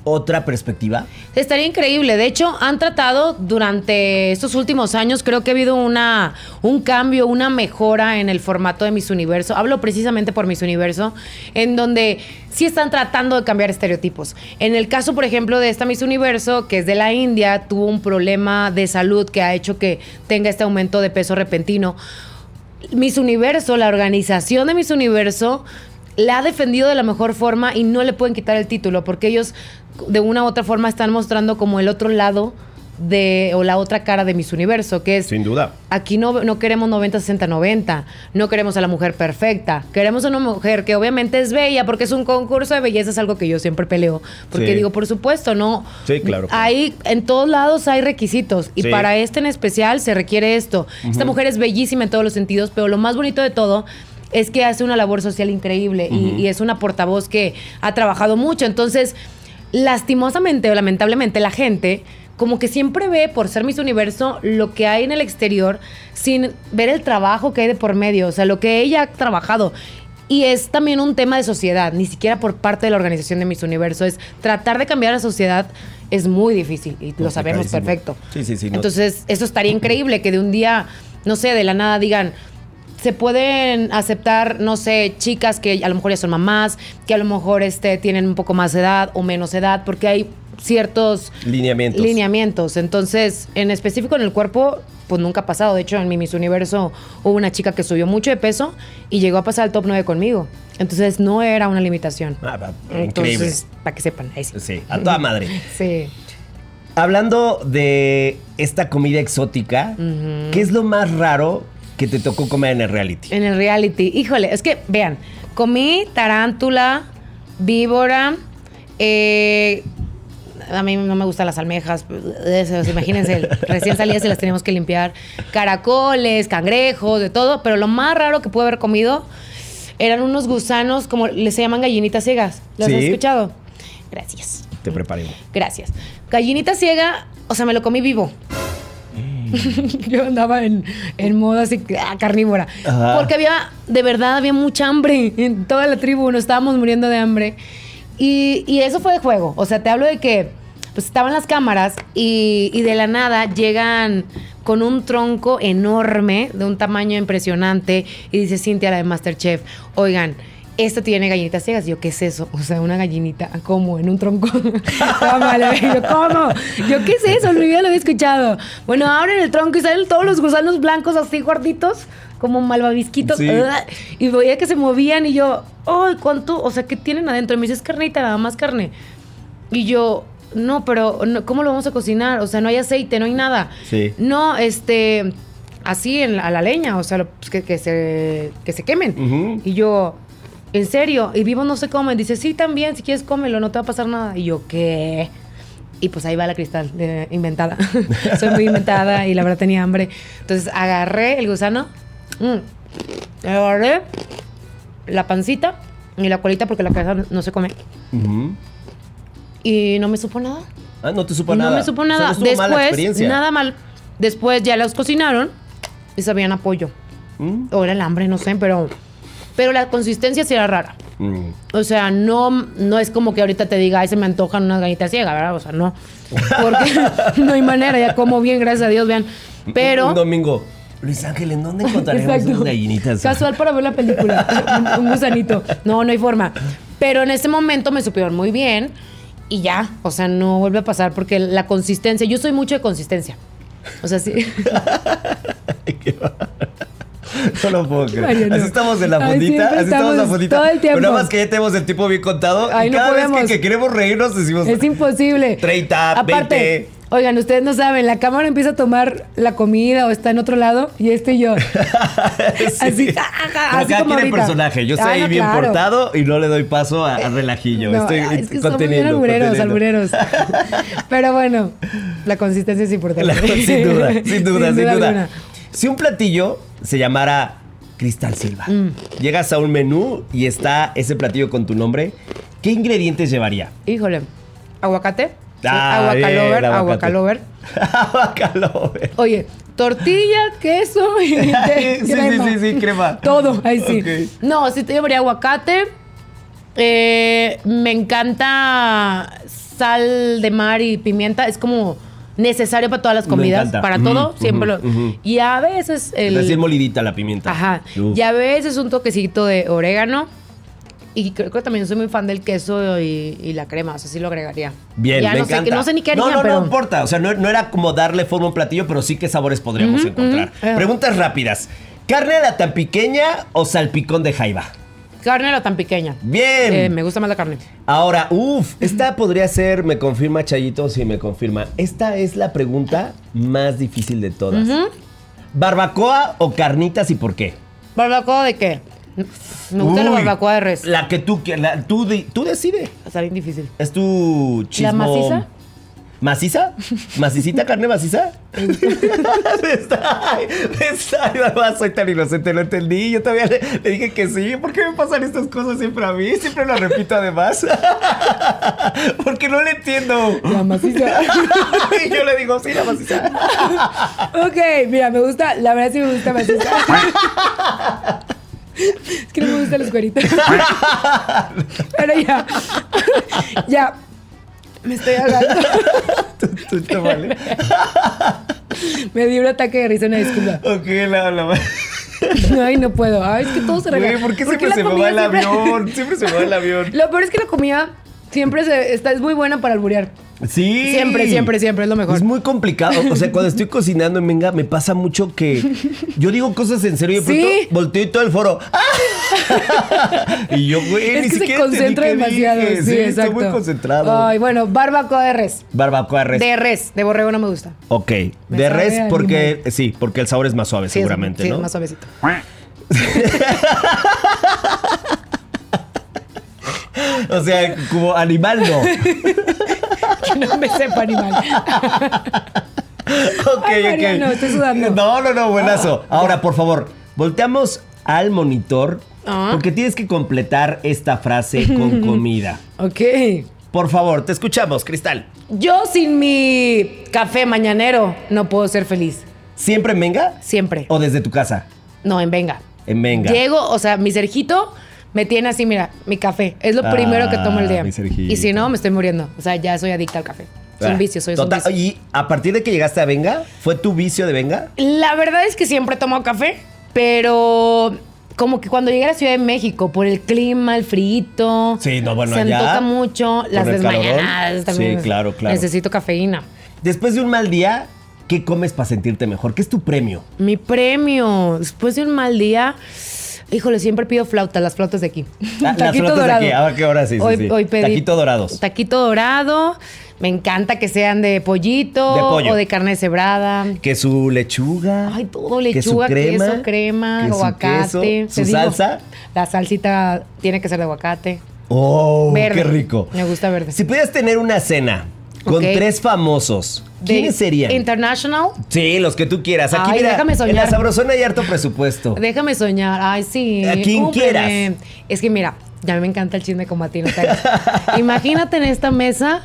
S3: otra perspectiva.
S4: Estaría increíble. De hecho, han tratado durante estos últimos años, creo que ha habido una, un cambio, una mejora en el formato de Miss Universo. Hablo precisamente por Miss Universo, en donde sí están tratando de cambiar estereotipos. En el caso, por ejemplo, de esta Miss Universo, que es de la India, tuvo un problema de salud que ha hecho que tenga este aumento de peso repentino. Miss Universo, la organización de Miss Universo, la ha defendido de la mejor forma y no le pueden quitar el título porque ellos de una u otra forma están mostrando como el otro lado de o la otra cara de Miss Universo, que es
S3: duda.
S4: Aquí no, no queremos 90, 60, 90. No queremos a la mujer perfecta. Queremos a una mujer que obviamente es bella, porque es un concurso de belleza, es algo que yo siempre peleo. Porque
S3: Sí.
S4: digo, por supuesto, no.
S3: Sí, claro, claro.
S4: Hay, en todos lados hay requisitos. Y
S3: Sí.
S4: para este en especial se requiere esto. Esta mujer es bellísima en todos los sentidos, pero lo más bonito de todo es que hace una labor social increíble y- y, es una portavoz que ha trabajado mucho. Entonces, lastimosamente o lamentablemente, la gente como que siempre ve, por ser Miss Universo, lo que hay en el exterior sin ver el trabajo que hay de por medio, o sea, lo que ella ha trabajado. Y es también un tema de sociedad, ni siquiera por parte de la organización de Miss Universo. Es tratar de cambiar la sociedad es muy difícil y lo sabemos
S3: clarísimo.
S4: perfecto.
S3: Sí, sí, sí, no-
S4: Entonces, eso estaría increíble que de un día, no sé, de la nada digan, se pueden aceptar, no sé, chicas que a lo mejor ya son mamás, que a lo mejor este, tienen un poco más de edad o menos edad, porque hay ciertos
S3: Lineamientos.
S4: lineamientos. Entonces, en específico en el cuerpo, pues nunca ha pasado. De hecho, en mi Miss Universo hubo una chica que subió mucho de peso y llegó a pasar al top 9 conmigo. Entonces, no era una limitación.
S3: Ah, va- increíble.
S4: Entonces, para que sepan, ahí sí.
S3: Sí, a toda madre.
S4: Sí.
S3: Hablando de esta comida exótica, ¿qué es lo más raro que te tocó comer en el reality?
S4: En el reality. Híjole, es que, vean, comí tarántula, víbora, eh, A mí no me gustan las almejas, esas, imagínense,
S3: <laughs>
S4: recién salidas y las teníamos que limpiar. Caracoles, cangrejos, de todo, pero lo más raro que pude haber comido eran unos gusanos, como les se llaman gallinitas ciegas. ¿Las has
S3: Sí.
S4: escuchado? Gracias,
S3: Te preparé.
S4: gracias. Gallinita ciega, o sea, me lo comí vivo.
S3: Mm.
S4: <laughs> Yo andaba en, en modo así ah, carnívora.
S3: Ajá.
S4: Porque había, de verdad, había mucha hambre <laughs> en toda la tribu. Nos estábamos muriendo de hambre. Y, y eso fue de juego. O sea, te hablo de que pues estaban las cámaras y, y de la nada llegan con un tronco enorme, de un tamaño impresionante. Y dice Cintia, la de Masterchef, oigan. Esto tiene gallinitas ciegas. Y yo, ¿qué es eso? O sea, una gallinita, ¿cómo? En un tronco. <laughs> Tómala. Y yo, ¿cómo? Yo, ¿qué es eso? En mi vida lo había escuchado. Bueno, abren el tronco y salen todos los gusanos blancos así gorditos, como malvavisquitos.
S3: Sí.
S4: ¡Ugh! Y veía que se movían y yo, ¡ay, cuánto! O sea, ¿qué tienen adentro? Y me dice, es carnita, nada más carne. Y yo, no, pero no, ¿cómo lo vamos a cocinar? O sea, no hay aceite, no hay nada.
S3: Sí.
S4: No, este, así en la- a la leña, o sea, lo- pues, que, que se, que se quemen.
S3: Ujú.
S4: Y yo, ¿en serio? Y vivo no se comen. Dice, sí, también, si quieres cómelo, no te va a pasar nada. Y yo, ¿qué? Y pues ahí va la cristal, de- inventada. <laughs> Soy muy inventada y la verdad tenía hambre. Entonces agarré el gusano, mm, agarré la pancita y la colita porque la cabeza no- no se come.
S3: Ujú.
S4: Y no me supo nada.
S3: Ah, no te supo
S4: no
S3: nada.
S4: me supo
S3: O sea,
S4: nada.
S3: no estuvo
S4: Después,
S3: mala experiencia.
S4: nada mal. Después ya las cocinaron y sabían apoyo. O era el hambre, no sé, pero. Pero la consistencia sí era rara.
S3: Mm.
S4: O sea, no, no es como que ahorita te diga, ay, se me antojan unas galletas ciegas, ¿verdad? O sea, no. Porque <laughs> no hay manera, ya como bien, gracias a Dios, vean.
S3: Un,
S4: Pero.
S3: un domingo. Luis Ángel, ¿en dónde encontraremos
S4: Exacto.
S3: unas gallinitas? <laughs>
S4: Casual para ver la película. un, un gusanito. No, no hay forma. Pero en ese momento me supieron muy bien y ya. O sea, no vuelve a pasar porque la consistencia. Yo soy mucho de consistencia. O
S3: <laughs>
S4: sea, sí.
S3: No lo puedo creer.
S4: Mariano.
S3: Así estamos en la
S4: Ay,
S3: fundita.
S4: siempre
S3: Así estamos en la
S4: estamos
S3: fundita.
S4: todo el tiempo.
S3: Pero nada más que ya tenemos el tiempo bien contado.
S4: Ay,
S3: y
S4: no
S3: cada vez
S4: podemos.
S3: que, que queremos reírnos decimos.
S4: Es imposible.
S3: 30, 20.
S4: Oigan, ustedes no saben, la cámara empieza a tomar la comida o está en otro lado y este y
S3: <laughs>
S4: yo. Así, ah, ah,
S3: Pero
S4: así
S3: cada
S4: como
S3: tiene
S4: ahorita.
S3: personaje. Yo
S4: Ah,
S3: estoy
S4: no,
S3: bien
S4: claro. Eh,
S3: portado y no le doy paso a, a relajillo.
S4: No,
S3: estoy
S4: ay, es que somos bien
S3: conteniendo.
S4: albureros,
S3: conteniendo.
S4: albureros. Pero bueno, la consistencia es importante.
S3: <laughs>
S4: <laughs>
S3: La- sin duda, sin duda, sin duda.
S4: alguna.
S3: Si un platillo se llamara Cristal Silva,
S4: Mm.
S3: llegas a un menú y está ese platillo con tu nombre, ¿qué ingredientes llevaría?
S4: Híjole, aguacate. Sí,
S3: Ah, bien,
S4: aguacalover,
S3: aguacate.
S4: aguacalover.
S3: <laughs> Aguacalover.
S4: Oye, tortilla,
S3: <laughs>
S4: queso y
S3: Sí, sí,
S4: crema.
S3: sí, sí, crema.
S4: Todo, ahí sí.
S3: Ok.
S4: No, sí te llevaría aguacate. Eh, me encanta sal de mar y pimienta. Es como necesario para todas las
S3: Me
S4: comidas,
S3: encanta.
S4: para
S3: Ujú,
S4: todo.
S3: ujú,
S4: siempre lo-
S3: ujú.
S4: Y a veces el.
S3: Recién molidita la pimienta.
S4: Ajá.
S3: Uf.
S4: Y a veces un toquecito de orégano. Y creo que también soy muy fan del queso y, y la crema. O sea, sí lo agregaría.
S3: Bien,
S4: ya
S3: me
S4: no
S3: encanta.
S4: sé que no sé ni qué haría,
S3: No, no,
S4: pero.
S3: no importa. O sea, no, no era como darle forma a un platillo, pero sí qué sabores podríamos encontrar.
S4: ujú.
S3: Preguntas rápidas. ¿Carne a la tan pequeña o salpicón de jaiba?
S4: Carne era tan pequeña.
S3: Bien.
S4: Eh, me gusta más la carne.
S3: Ahora, uff, esta podría ser, me confirma Chayito, sí, me confirma. Esta es la pregunta más difícil de todas. ¿Barbacoa o carnitas y por qué?
S4: ¿Barbacoa de qué? Me gusta la
S3: Uy,
S4: barbacoa de res.
S3: La que tú, qui- la- tú, de- tú decides.
S4: Está bien difícil.
S3: Es tu chismo.
S4: maciza?
S3: ¿Maciza? ¿Macicita carne maciza? <laughs> Me está- ay, me está- ay, mamá, soy tan inocente, no entendí. Yo todavía le, le dije que sí. ¿Por qué me pasan estas cosas siempre a mí? Siempre lo repito además. <laughs> Porque no le entiendo. <laughs>
S4: La maciza.
S3: Y yo le digo, sí, la maciza.
S4: <laughs> ok, mira, me gusta. La verdad sí me gusta maciza.
S3: <laughs>
S4: es que no me gustan los cueritos. Pero ya. <laughs> ya. Me estoy ahogando.
S3: <laughs> Tú- tú, tú, vale.
S4: Me dio un ataque de risa, una disculpa.
S3: Ok, la, la.
S4: <laughs> Ay, no puedo. Ay, es que todo se
S3: Güey,
S4: regala.
S3: ¿por qué
S4: ¿Por
S3: siempre
S4: qué la
S3: se me va
S4: comida
S3: el
S4: siempre-
S3: avión?
S4: <laughs>
S3: Siempre se me va el avión.
S4: Lo peor es que la comida siempre se- está, es muy buena para alburear.
S3: Sí.
S4: Siempre, siempre, siempre, es lo mejor.
S3: Es muy complicado. O sea, cuando
S4: <laughs>
S3: estoy cocinando en Venga, me pasa mucho que yo digo cosas en serio y de pronto
S4: Sí.
S3: volteo y todo el foro. ¡ah!
S4: <laughs>
S3: y yo, güey,
S4: Es
S3: ni
S4: que se
S3: siquiera entendí
S4: concentra
S3: qué
S4: demasiado.
S3: dije.
S4: Sí,
S3: Sí,
S4: exacto.
S3: estoy muy concentrado.
S4: Ay, bueno, barbacoa de res.
S3: Barbacoa de res.
S4: De res, de borrego no me gusta.
S3: ok.
S4: Me
S3: de
S4: sabe
S3: res
S4: a
S3: porque, sí, porque el sabor es más suave,
S4: Sí, es-
S3: seguramente,
S4: sí,
S3: ¿no?
S4: es más suavecito. <laughs>
S3: O sea, como animal no.
S4: <laughs> Que no me sepa animal.
S3: <laughs> Ok,
S4: Ay,
S3: ok.
S4: Mariano, estoy sudando.
S3: No, no, no, buenazo. Ahora, por favor, volteamos al monitor
S4: Ah.
S3: porque tienes que completar esta frase
S4: <laughs>
S3: con comida.
S4: ok.
S3: Por favor, te escuchamos, Cristal.
S4: Yo sin mi café mañanero no puedo ser feliz.
S3: ¿Siempre en Venga?
S4: Siempre.
S3: ¿O desde tu casa?
S4: No, en venga.
S3: En Venga.
S4: Llego, o sea, mi Sergito me tiene así, mira, mi café. Es lo
S3: Ah,
S4: primero que tomo el día.
S3: mi Sergito.
S4: Y si no, me estoy muriendo. O sea, ya soy adicta al café. Es
S3: Ah,
S4: un vicio, soy es un
S3: total-
S4: vicio.
S3: ¿Y a partir de que llegaste a Venga? ¿Fue tu vicio de Venga?
S4: La verdad es que siempre tomo café, pero como que cuando llegué a la Ciudad de México, por el clima, el frito.
S3: Sí, no, bueno,
S4: Se
S3: allá,
S4: antoja mucho, las
S3: el calorón.
S4: desmañanadas también.
S3: Sí, claro, claro.
S4: Necesito cafeína.
S3: Después de un mal día, ¿qué comes para sentirte mejor? ¿Qué es tu premio?
S4: Mi premio, después de un mal día, híjole, siempre pido flauta, las flautas
S3: <laughs>
S4: de aquí.
S3: Ah, las flautas de aquí, ah, qué hora sí, sí,
S4: hoy,
S3: sí.
S4: hoy pedí
S3: Taquito dorados.
S4: Taquito dorado. Me encanta que sean de pollito
S3: De pollo.
S4: o de carne cebrada.
S3: Que su lechuga.
S4: Ay, todo, lechuga,
S3: que su crema,
S4: queso, crema,
S3: que su queso,
S4: aguacate.
S3: su
S4: Te digo,
S3: salsa.
S4: La salsita tiene que ser de aguacate.
S3: ¡Oh!
S4: Verde.
S3: ¡Qué rico!
S4: Me gusta verde.
S3: Si pudieras tener una cena con
S4: Ok.
S3: tres famosos, ¿quiénes
S4: De
S3: serían?
S4: International.
S3: sí, los que tú quieras. Aquí,
S4: Ay,
S3: mira,
S4: déjame
S3: en la
S4: soñar.
S3: Sabrosona hay harto presupuesto.
S4: Déjame soñar. Ay, sí.
S3: Oh. A quien
S4: cúmpleme. Es que mira,
S3: <laughs>
S4: ya me encanta el chisme como a ti, no te hagas. Imagínate en esta mesa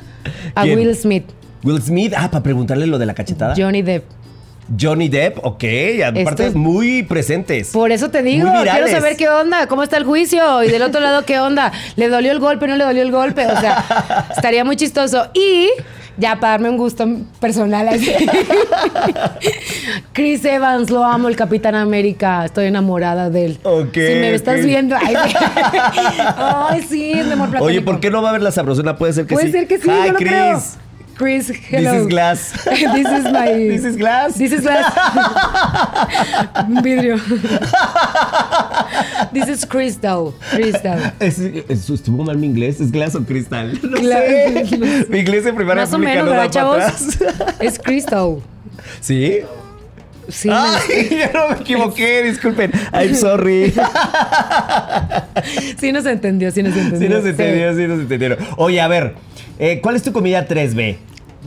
S4: a
S3: ¿Quién? Ah.
S4: Will Smith.
S3: Will Smith, ah, para preguntarle lo de la cachetada.
S4: Johnny Depp.
S3: Johnny Depp, ok, aparte
S4: Estos-
S3: muy presentes.
S4: Por eso te digo,
S3: Muy
S4: quiero
S3: virales.
S4: saber qué onda, cómo está el juicio y del otro lado qué onda. ¿Le dolió el golpe, no le dolió el golpe?
S3: <laughs>
S4: O sea, estaría muy chistoso. Y ya para darme un gusto personal
S3: <laughs>
S4: así. Chris Evans, lo amo, el Capitán América, estoy enamorada de él.
S3: Ok,
S4: Si me estás
S3: ok.
S4: viendo. Ay,
S3: <laughs>
S4: ay, sí, mi amor platónico.
S3: Oye, ¿por qué no va a haber la sabrosona? Puede ser que
S4: Puede
S3: sí.
S4: ser que sí,
S3: Hi,
S4: yo lo
S3: Chris.
S4: creo. Chris, hello.
S3: This is glass.
S4: <laughs> This is my.
S3: This is
S4: <laughs>
S3: glass.
S4: This is
S3: <laughs>
S4: glass. Un vidrio. <laughs> This is crystal. Crystal.
S3: Es- es- ¿Estuvo mal mi inglés? ¿Es glass o cristal? <laughs> No
S4: Gla-
S3: sé. Mi inglés en primera
S4: Más o menos,
S3: republicana
S4: ¿verdad,
S3: da para
S4: chavos?
S3: atrás.
S4: Es crystal.
S3: <laughs>
S4: <laughs>
S3: ¿Sí?
S4: Sí.
S3: Ay, <laughs> yo no me equivoqué, disculpen. I'm sorry.
S4: <laughs> Sí nos entendió, sí nos
S3: Sí
S4: entendió.
S3: nos
S4: Sí.
S3: entendieron, sí nos entendieron. Oye, a ver, eh, ¿cuál es tu comida 3B?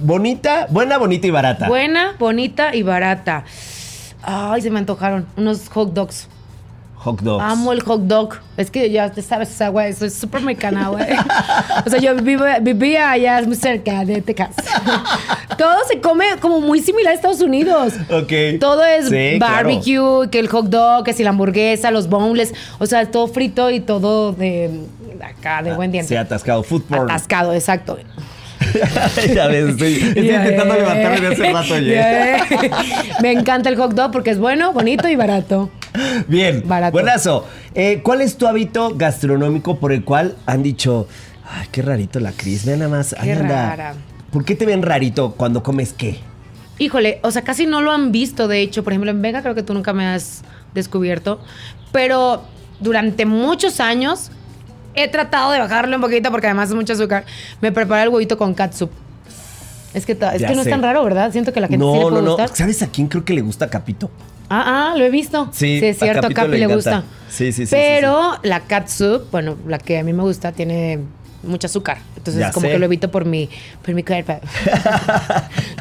S3: Bonita, buena, bonita y barata.
S4: Buena, bonita y barata. Ay, se me antojaron unos hot dogs.
S3: Hot dogs.
S4: Amo el hot dog. Es que ya te sabes, esa güey, soy súper mexicana, güey. O sea, yo vivo- vivía allá muy cerca de Texas.
S3: <laughs>
S4: Todo se come como muy similar a Estados Unidos.
S3: Ok.
S4: Todo es
S3: Sí, claro.
S4: barbecue, que el hot dog, que si la hamburguesa, los boneless. O sea, todo frito y todo de de acá,
S3: Ah,
S4: de buen diente.
S3: Se ha atascado fútbol.
S4: Atascado, exacto.
S3: <laughs> ya ves, estoy, estoy
S4: <laughs> Yeah.
S3: intentando levantarme de hace rato, oye.
S4: Yeah. <laughs> Me encanta el hot dog porque es bueno, bonito y barato.
S3: <laughs> Bien,
S4: Barato.
S3: buenazo. Eh, ¿Cuál es tu hábito gastronómico por el cual han dicho, ay, qué rarito la Cris, vean nada más, ahí
S4: Qué
S3: anda"?
S4: rara.
S3: ¿Por qué te ven rarito cuando comes qué?
S4: Híjole, o sea, casi no lo han visto, de hecho. Por ejemplo, en Vega creo que tú nunca me has descubierto. Pero durante muchos años he tratado de bajarlo un poquito porque además es mucho azúcar. Me prepara el huevito con catsup. Es que, ta- es
S3: Ya
S4: que no
S3: sé.
S4: es tan raro, ¿verdad? Siento que la gente sí le
S3: No, no,
S4: puede
S3: no.
S4: gustar.
S3: ¿Sabes a quién creo que le gusta Capito?
S4: Ah, ah, lo he visto.
S3: Sí,
S4: es
S3: a
S4: cierto, a
S3: Capito
S4: Capi
S3: le
S4: le,
S3: encanta.
S4: gusta.
S3: Sí, sí, sí, sí,
S4: Pero la catsup, bueno, la que a mí me gusta, tiene mucho azúcar. Entonces,
S3: Ya
S4: como
S3: sé.
S4: que lo evito por mi, por mi cuerpo. <laughs>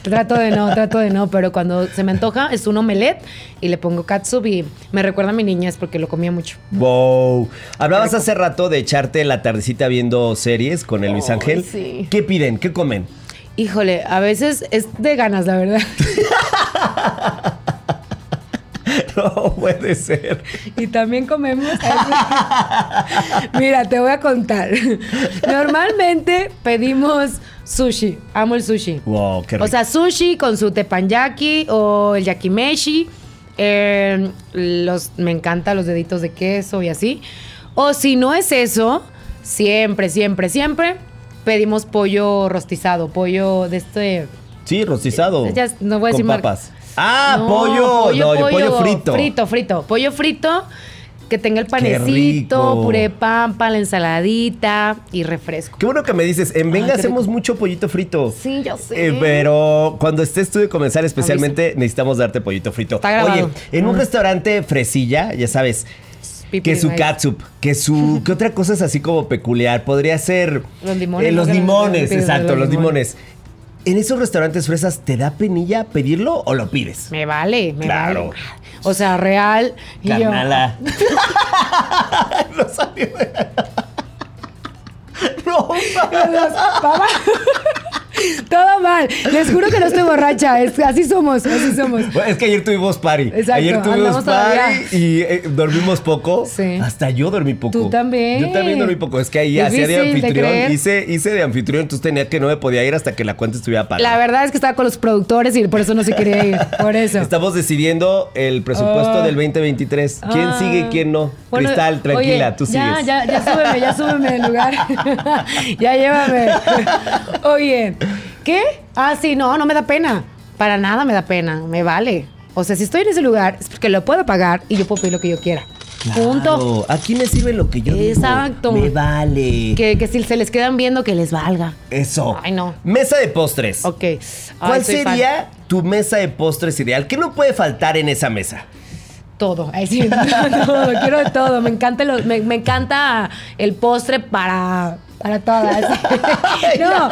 S4: trato de no, trato de no, pero cuando se me antoja es un omelette y le pongo catsup y me recuerda a mi niñez porque lo comía mucho.
S3: Wow. Hablabas hace rato de echarte la tardecita viendo series con el Luis
S4: Ay,
S3: Ángel.
S4: sí.
S3: ¿Qué piden? ¿Qué comen? <laughs>
S4: Híjole, a veces es de ganas, la verdad. <laughs>
S3: No puede ser.
S4: Y también comemos.
S3: <laughs>
S4: Mira, te voy a contar. Normalmente pedimos sushi. Amo el sushi.
S3: Wow, qué rico.
S4: O sea, sushi con su tepanyaki o el yakimeshi. eh, los, me encantan los deditos de queso y así. O si no es eso, siempre, siempre, siempre pedimos pollo rostizado, pollo de este.
S3: sí, rostizado.
S4: Ya, no voy a
S3: con
S4: decir marca.
S3: papas. Ah,
S4: No,
S3: pollo. no, yo pollo frito.
S4: Frito, frito. Pollo frito que tenga el
S3: rico.
S4: panecito, puré de pampa, la ensaladita y refresco.
S3: Qué bueno que me dices, en Venga
S4: Ay, Ah, qué
S3: hacemos
S4: rico.
S3: mucho pollito frito.
S4: Sí, yo sé.
S3: Eh, pero cuando estés tú de comenzar especialmente, necesitamos darte pollito frito.
S4: Está grabado.
S3: Oye, en un
S4: Mm.
S3: restaurante fresilla, ya sabes,
S4: Pipi
S3: que su
S4: maíz.
S3: catsup, que
S4: <laughs>
S3: su... ¿Qué otra cosa es así como peculiar? Podría ser...
S4: Los limones,
S3: eh, los
S4: ¿no? Que
S3: limones,
S4: pides de
S3: exacto,
S4: los
S3: los limones. En esos restaurantes fresas, ¿te da penilla pedirlo o lo pides?
S4: Me vale, me
S3: Claro.
S4: vale. O sea, real. Y yo, <laughs>
S3: Carnala. <laughs> no salió. <laughs> no,
S4: Dios, papá. <laughs> Todo mal. Les juro que no estoy borracha. es- así somos, así somos.
S3: Bueno, es que ayer tuvimos party.
S4: Exacto,
S3: ayer tuvimos
S4: andamos
S3: party
S4: todavía.
S3: y eh, dormimos poco.
S4: Sí.
S3: Hasta yo dormí poco.
S4: Tú también.
S3: Yo también dormí poco. Es que ahí hacía de
S4: Difícil de
S3: anfitrión.
S4: creer.
S3: hice, hice de anfitrión, entonces tenía que no me podía ir hasta que la cuenta estuviera parada.
S4: La verdad es que estaba con los productores y por eso no se quería ir. Por eso.
S3: Estamos decidiendo el presupuesto
S4: Ah.
S3: del 2023. ¿Quién
S4: Ah.
S3: sigue y quién no?
S4: Bueno,
S3: Cristal, tranquila,
S4: oye,
S3: tú
S4: ya,
S3: sigues.
S4: Ya, ya súbeme, ya súbeme del lugar. <laughs> ya llévame. oye, ¿qué? Ah, sí, no, no me da pena. Para nada me da pena, me vale. O sea, si estoy en ese lugar es porque lo puedo pagar y yo puedo pedir lo que yo quiera. Punto.
S3: Claro, Aquí me sirve lo que yo digo.
S4: Exacto.
S3: Me vale.
S4: Que, que si se les quedan viendo, que les valga.
S3: Eso.
S4: Ay, no.
S3: Mesa de postres.
S4: Ok. Ay,
S3: ¿Cuál
S4: soy fan.
S3: sería tu mesa de postres ideal? ¿Qué no puede faltar en esa mesa?
S4: Todo. Ay, sí, <laughs> todo, quiero de todo. Me encanta, lo- me, me encanta el postre para. Para
S3: <laughs>
S4: todas. <laughs> No,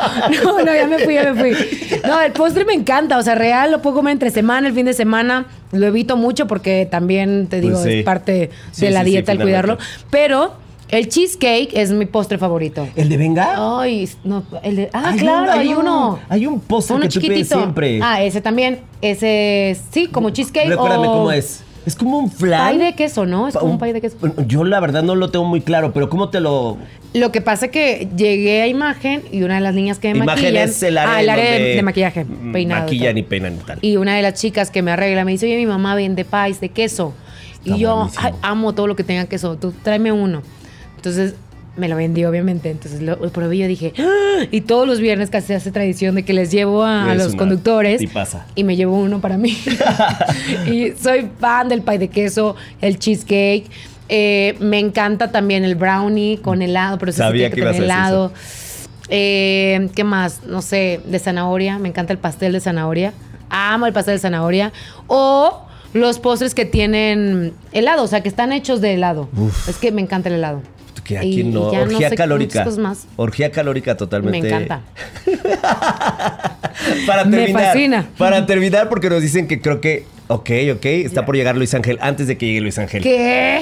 S4: no, no, ya me fui, ya me fui. No, el postre me encanta. O sea, real, lo puedo comer entre semana, el fin de semana. Lo evito mucho porque también, te digo,
S3: Pues sí.
S4: es parte
S3: Sí,
S4: de la
S3: sí, sí,
S4: dieta el
S3: finalmente.
S4: cuidarlo. Pero El cheesecake es mi postre favorito.
S3: ¿El de Venga?
S4: Ay, no, el de- ah, claro, hay, uno.
S3: Hay un postre que tú pides siempre.
S4: Ah, ese también. Ese es, sí, como cheesecake.
S3: Recuérdame
S4: o
S3: cómo es. Es como un flan.
S4: oh. Pay de queso, ¿no? Es
S3: Pa-
S4: como un pay de queso.
S3: Yo la verdad no lo tengo muy claro, pero ¿cómo te lo...?
S4: Lo que pasa que llegué a imagen y una de las niñas que me
S3: Imagen
S4: maquillan.
S3: es el área
S4: Ah, el
S3: en
S4: área de,
S3: donde
S4: de maquillaje, peinado. y
S3: Maquillan
S4: todo.
S3: y peinan y tal.
S4: Y una de las chicas que me arregla me dice, oye, mi mamá vende pies de queso.
S3: Está
S4: y yo
S3: buenísimo.
S4: "Ay, amo todo lo que tenga queso. Tú tráeme uno. Entonces me lo vendió, obviamente. Entonces lo lo probé y yo dije, "Ah". y todos los viernes casi se hace tradición de que les llevo a,
S3: Eres
S4: los
S3: una
S4: conductores.
S3: tipaza.
S4: Y me llevo uno
S3: <laughs>
S4: para mí. y soy fan del pie de queso, el cheesecake. Eh, me encanta también el brownie con helado, pero ese sí
S3: Sabía
S4: tiene
S3: que ibas a
S4: tener
S3: decir eso.
S4: helado. Eh, ¿Qué más? No sé, de zanahoria. Me encanta el pastel de zanahoria. Amo el pastel de zanahoria. O los postres que tienen helado, o sea, que están hechos de helado. Es que me encanta el helado.
S3: Que
S4: Y-
S3: aquí
S4: y
S3: no,
S4: ya no
S3: orgía
S4: sé
S3: calórica.
S4: muchas cosas más.
S3: Orgía calórica totalmente.
S4: Me encanta.
S3: <laughs> Para
S4: Me
S3: terminar.
S4: fascina.
S3: Para terminar, porque nos dicen que creo que. Ok, ok. Está por llegar Luis Ángel antes de que llegue Luis Ángel.
S4: ¿Qué?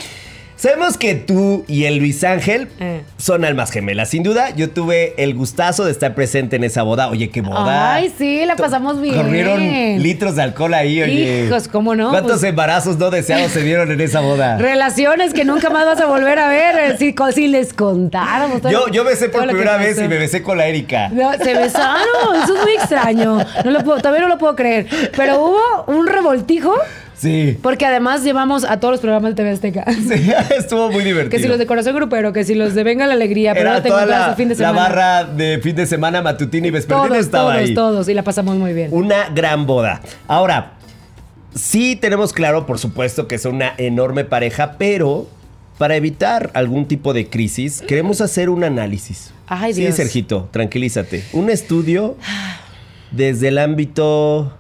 S3: Sabemos que tú y el Luis Ángel
S4: Eh.
S3: son almas gemelas. Sin duda, yo tuve el gustazo de estar presente en esa boda. Oye, qué boda.
S4: Ay, sí, la
S3: To-
S4: pasamos bien.
S3: Corrieron litros de alcohol ahí, oye.
S4: Hijos, ¿cómo no?
S3: ¿Cuántos
S4: Pues-
S3: embarazos no deseados se dieron en esa
S4: <laughs>
S3: boda?
S4: Relaciones que nunca más vas a volver a ver. eh, Si, co- si les contáramos. todo
S3: Yo,
S4: lo-
S3: yo besé por
S4: todo lo que
S3: primera vez
S4: pasó.
S3: y me besé con la Erika.
S4: No, se besaron, eso es muy extraño. No lo puedo, todavía no lo puedo creer. Pero hubo un revoltijo,
S3: Sí. <laughs>
S4: porque además llevamos a todos los programas de TV Azteca.
S3: Sí, <laughs> estuvo muy divertido.
S4: Que si los de Corazón Grupero, que si los de Venga la Alegría, pero
S3: Era
S4: no te
S3: toda
S4: encontrabas
S3: la,
S4: el fin de
S3: la
S4: semana.
S3: barra de fin de semana matutina y vespertina
S4: todos,
S3: estaba
S4: todos,
S3: ahí.
S4: todos, y la pasamos muy bien.
S3: Una gran boda. Ahora, sí tenemos claro, por supuesto, que es una enorme pareja, pero para evitar algún tipo de crisis, queremos hacer un análisis.
S4: Ay,
S3: Sí,
S4: Dios.
S3: Sergito, tranquilízate. Un estudio desde el ámbito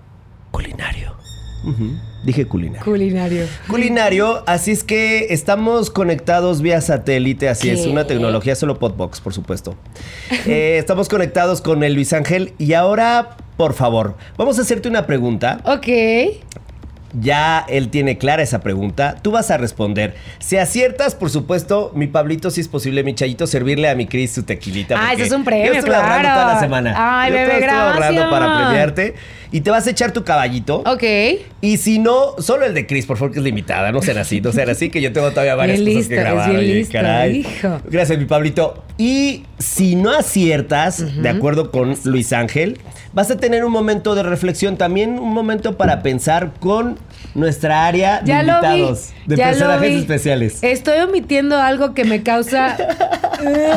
S3: culinario. Ujú, Dije culinario.
S4: Culinario.
S3: Culinario, así es que estamos conectados vía satélite, así es,
S4: ¿Qué?
S3: una tecnología solo Podbox, por supuesto. Eh, estamos conectados con el Luis Ángel y ahora, por favor, vamos a hacerte una pregunta.
S4: Ok.
S3: Ya él tiene clara esa pregunta, tú vas a responder. Si aciertas, por supuesto, mi Pablito, si es posible, mi Chayito, servirle a mi Cris su tequilita.
S4: Ah,
S3: porque
S4: ese es un
S3: yo
S4: premio,
S3: estuve ahorrando
S4: claro.
S3: toda la semana.
S4: Ay,
S3: Yo
S4: bebé,
S3: estuve ahorrando
S4: gracias.
S3: para premiarte y te vas a echar tu caballito.
S4: Ok.
S3: Y si no, solo el de Chris, por favor, que es limitada. No será así, no será así, que yo tengo todavía varias
S4: Bien
S3: cosas que
S4: listo, es
S3: grabar.
S4: bien
S3: oye,
S4: listo,
S3: caray.
S4: hijo.
S3: Gracias, mi Pablito. Y si no aciertas, de acuerdo con Luis Ángel, vas a tener un momento de reflexión, también un momento para pensar con nuestra área de
S4: Ya lo vi.
S3: invitados, de
S4: ya lo
S3: personajes
S4: vi.
S3: especiales.
S4: Estoy omitiendo algo que
S3: <laughs>
S4: me causa. eh,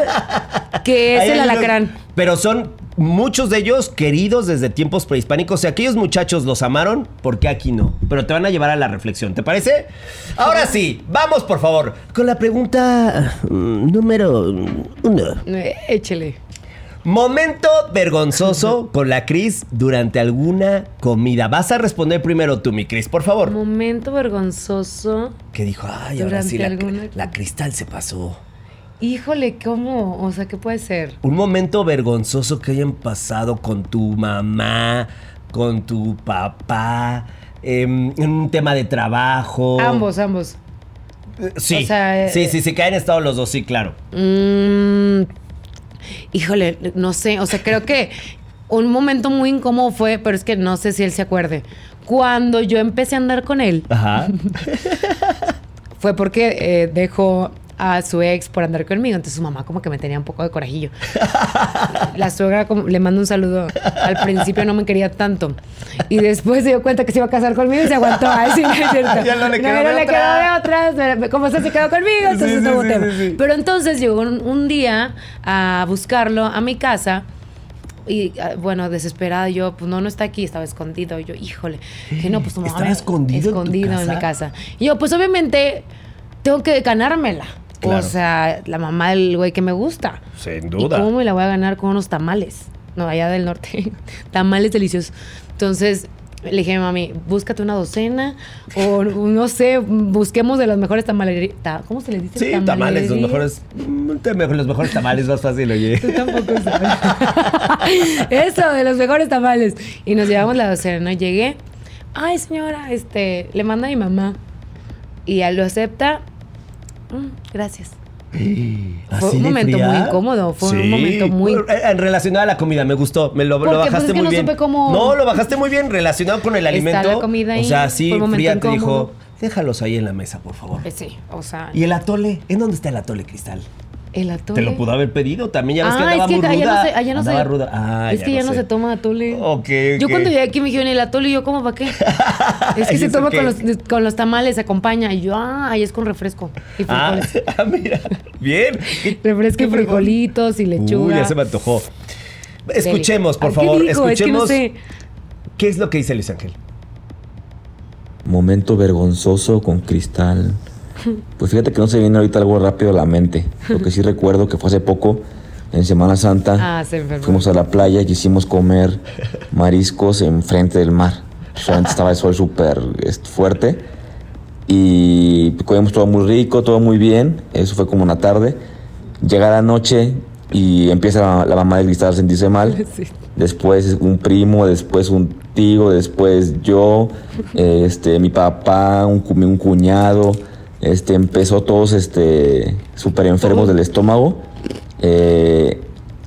S4: que es
S3: Ahí hay
S4: el
S3: unos-
S4: alacrán.
S3: pero son muchos de ellos queridos desde tiempos prehispánicos. O sea, aquellos muchachos los amaron, ¿por qué aquí no? Pero te van a llevar a la reflexión, ¿te parece? Ahora sí, vamos por favor con la pregunta mm, número uno.
S4: Eh, Échele.
S3: Momento
S4: <laughs>
S3: vergonzoso con la Cris durante alguna comida. Vas a responder primero tú, mi Cris, por favor.
S4: Momento vergonzoso.
S3: Que dijo, ay, ahora
S4: Durante
S3: sí, la,
S4: alguna-
S3: la cristal se pasó.
S4: Híjole, ¿cómo? O sea, ¿qué puede ser?
S3: Un momento vergonzoso que hayan pasado con tu mamá, con tu papá, em, en un tema de trabajo.
S4: Ambos, ambos.
S3: Sí,
S4: o sea, eh,
S3: sí, sí, sí, que hayan estado los dos, sí, claro.
S4: Mm, híjole, no sé. O sea, creo que un momento muy incómodo fue, pero es que no sé si él se acuerde. Cuando yo empecé a andar con él,
S3: Ajá.
S4: fue porque eh, dejó a su ex por andar conmigo. Entonces su mamá como que me tenía un poco de
S3: <laughs>
S4: corajillo. La suegra como- le mando un saludo. Al principio no me quería tanto. Y después se dio cuenta que se iba a casar conmigo y se aguantó. Ay, sí, no es cierto.
S3: <laughs> Ya no le quedó de
S4: le
S3: otra.
S4: quedó de otras. Como se se quedó conmigo, entonces
S3: Sí, sí,
S4: no hubo
S3: sí,
S4: tema.
S3: sí, sí.
S4: Pero entonces llegó un, un día a buscarlo a mi casa. Y ah, bueno, desesperada yo, pues no, no está aquí, estaba escondido. Yo, híjole, que no, pues tu mamá
S3: ¿Estaba
S4: me-
S3: escondido en tu
S4: escondido en mi
S3: casa?
S4: casa. Y yo, pues obviamente tengo que ganármela.
S3: Claro.
S4: O sea, la mamá del güey que me gusta.
S3: Sin
S4: ¿Y cómo me la voy a ganar con unos tamales? No, allá del norte. <laughs> tamales deliciosos. Entonces, le dije, mami, búscate una docena o no sé, busquemos de las mejores tamalerías. ¿Cómo se les dice?
S3: Sí, tamales, los
S4: Tamalerías.
S3: mejores, mm, te- mejor- los mejores tamales más fácil, oye.
S4: Tú tampoco sabes. Eso, de los mejores tamales. Y nos llevamos la docena, ¿no? Llegué. Ay, señora, este, le manda a mi mamá. Y él lo acepta. Mm, gracias. Fue un momento muy incómodo, fue un momento muy-
S3: Bueno, eh, eh, Relacionado a la comida, me gustó. Me lo, lo
S4: Porque, pues,
S3: bajaste
S4: es que
S3: muy
S4: no
S3: bien.
S4: supe cómo-
S3: No, lo bajaste muy bien relacionado con el
S4: Está
S3: alimento.
S4: la comida ahí,
S3: O sea, sí,
S4: fue un momento
S3: fría te dijo,
S4: incómodo.
S3: déjalos ahí en la mesa, por favor.
S4: Eh, Sí, o sea,
S3: ¿Y el atole? ¿En dónde está el atole, Cristal?
S4: el
S3: Te
S4: atole.
S3: lo pudo haber pedido también, ya ves que
S4: Ah,
S3: andaba
S4: es que
S3: muy
S4: allá
S3: ruda.
S4: no se, allá no se-
S3: andaba ruda. Ah,
S4: es que ya no
S3: sé.
S4: se toma atole.
S3: Ok,
S4: Yo
S3: ok.
S4: cuando llegué aquí me dijeron el atole y yo, ¿cómo
S3: <laughs>
S4: para qué? Es
S3: ¿Y
S4: que se
S3: eso
S4: toma
S3: qué?
S4: con los, con los tamales, se acompaña. Y yo, ah, ahí es con refresco. Y
S3: Ah,
S4: frijoles.
S3: <laughs> ah, mira. Bien. ¿Qué- <laughs>
S4: refresco y
S3: qué frijol?
S4: frijolitos y
S3: Uy,
S4: lechuga.
S3: ya se me antojó. Escuchemos, por
S4: Ay,
S3: favor,
S4: ¿qué digo? Es que no
S3: escuchemos
S4: sé.
S3: qué es lo que dice Luis Ángel. <clears throat>
S6: Momento vergonzoso con cristal. Pues fíjate que no se viene ahorita algo rápido a la mente. Lo
S4: <laughs>
S6: que sí recuerdo que fue hace poco, en Semana Santa,
S4: Ah, se enfermó.
S6: fuimos a la playa y quisimos comer mariscos enfrente del mar. Solamente estaba el sol súper es- fuerte. Y comimos todo muy rico, todo muy bien. Eso fue como una tarde. Llega la noche y empieza la, la mamá de cristal a sentirse mal
S4: Sí.
S6: después un primo, después un tío, después yo, <laughs> este, mi papá, un, cu- un cuñado, este, empezó todos este, súper enfermos del estómago. Eh,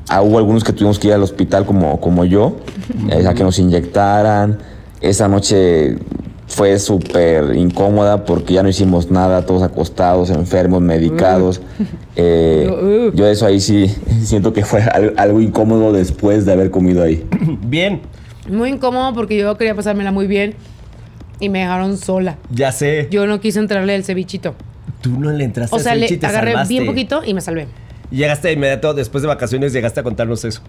S6: ah, hubo algunos que tuvimos que ir al hospital como, como yo, eh, a que nos inyectaran. Esa noche fue súper incómoda porque ya no hicimos nada, todos acostados, enfermos, medicados. Eh,
S4: Uh.
S6: yo eso ahí sí siento que fue al- algo incómodo después de haber comido ahí.
S3: Bien,
S4: Muy incómodo porque yo quería pasármela muy bien y me dejaron sola.
S3: ya sé.
S4: Yo no quise entrarle el cevichito.
S3: Tú no le entraste
S4: O sea,
S3: a
S4: le
S3: Switch y te
S4: agarré
S3: salvaste.
S4: bien poquito y me salvé.
S3: Llegaste de inmediato, después de vacaciones, llegaste a contarnos eso.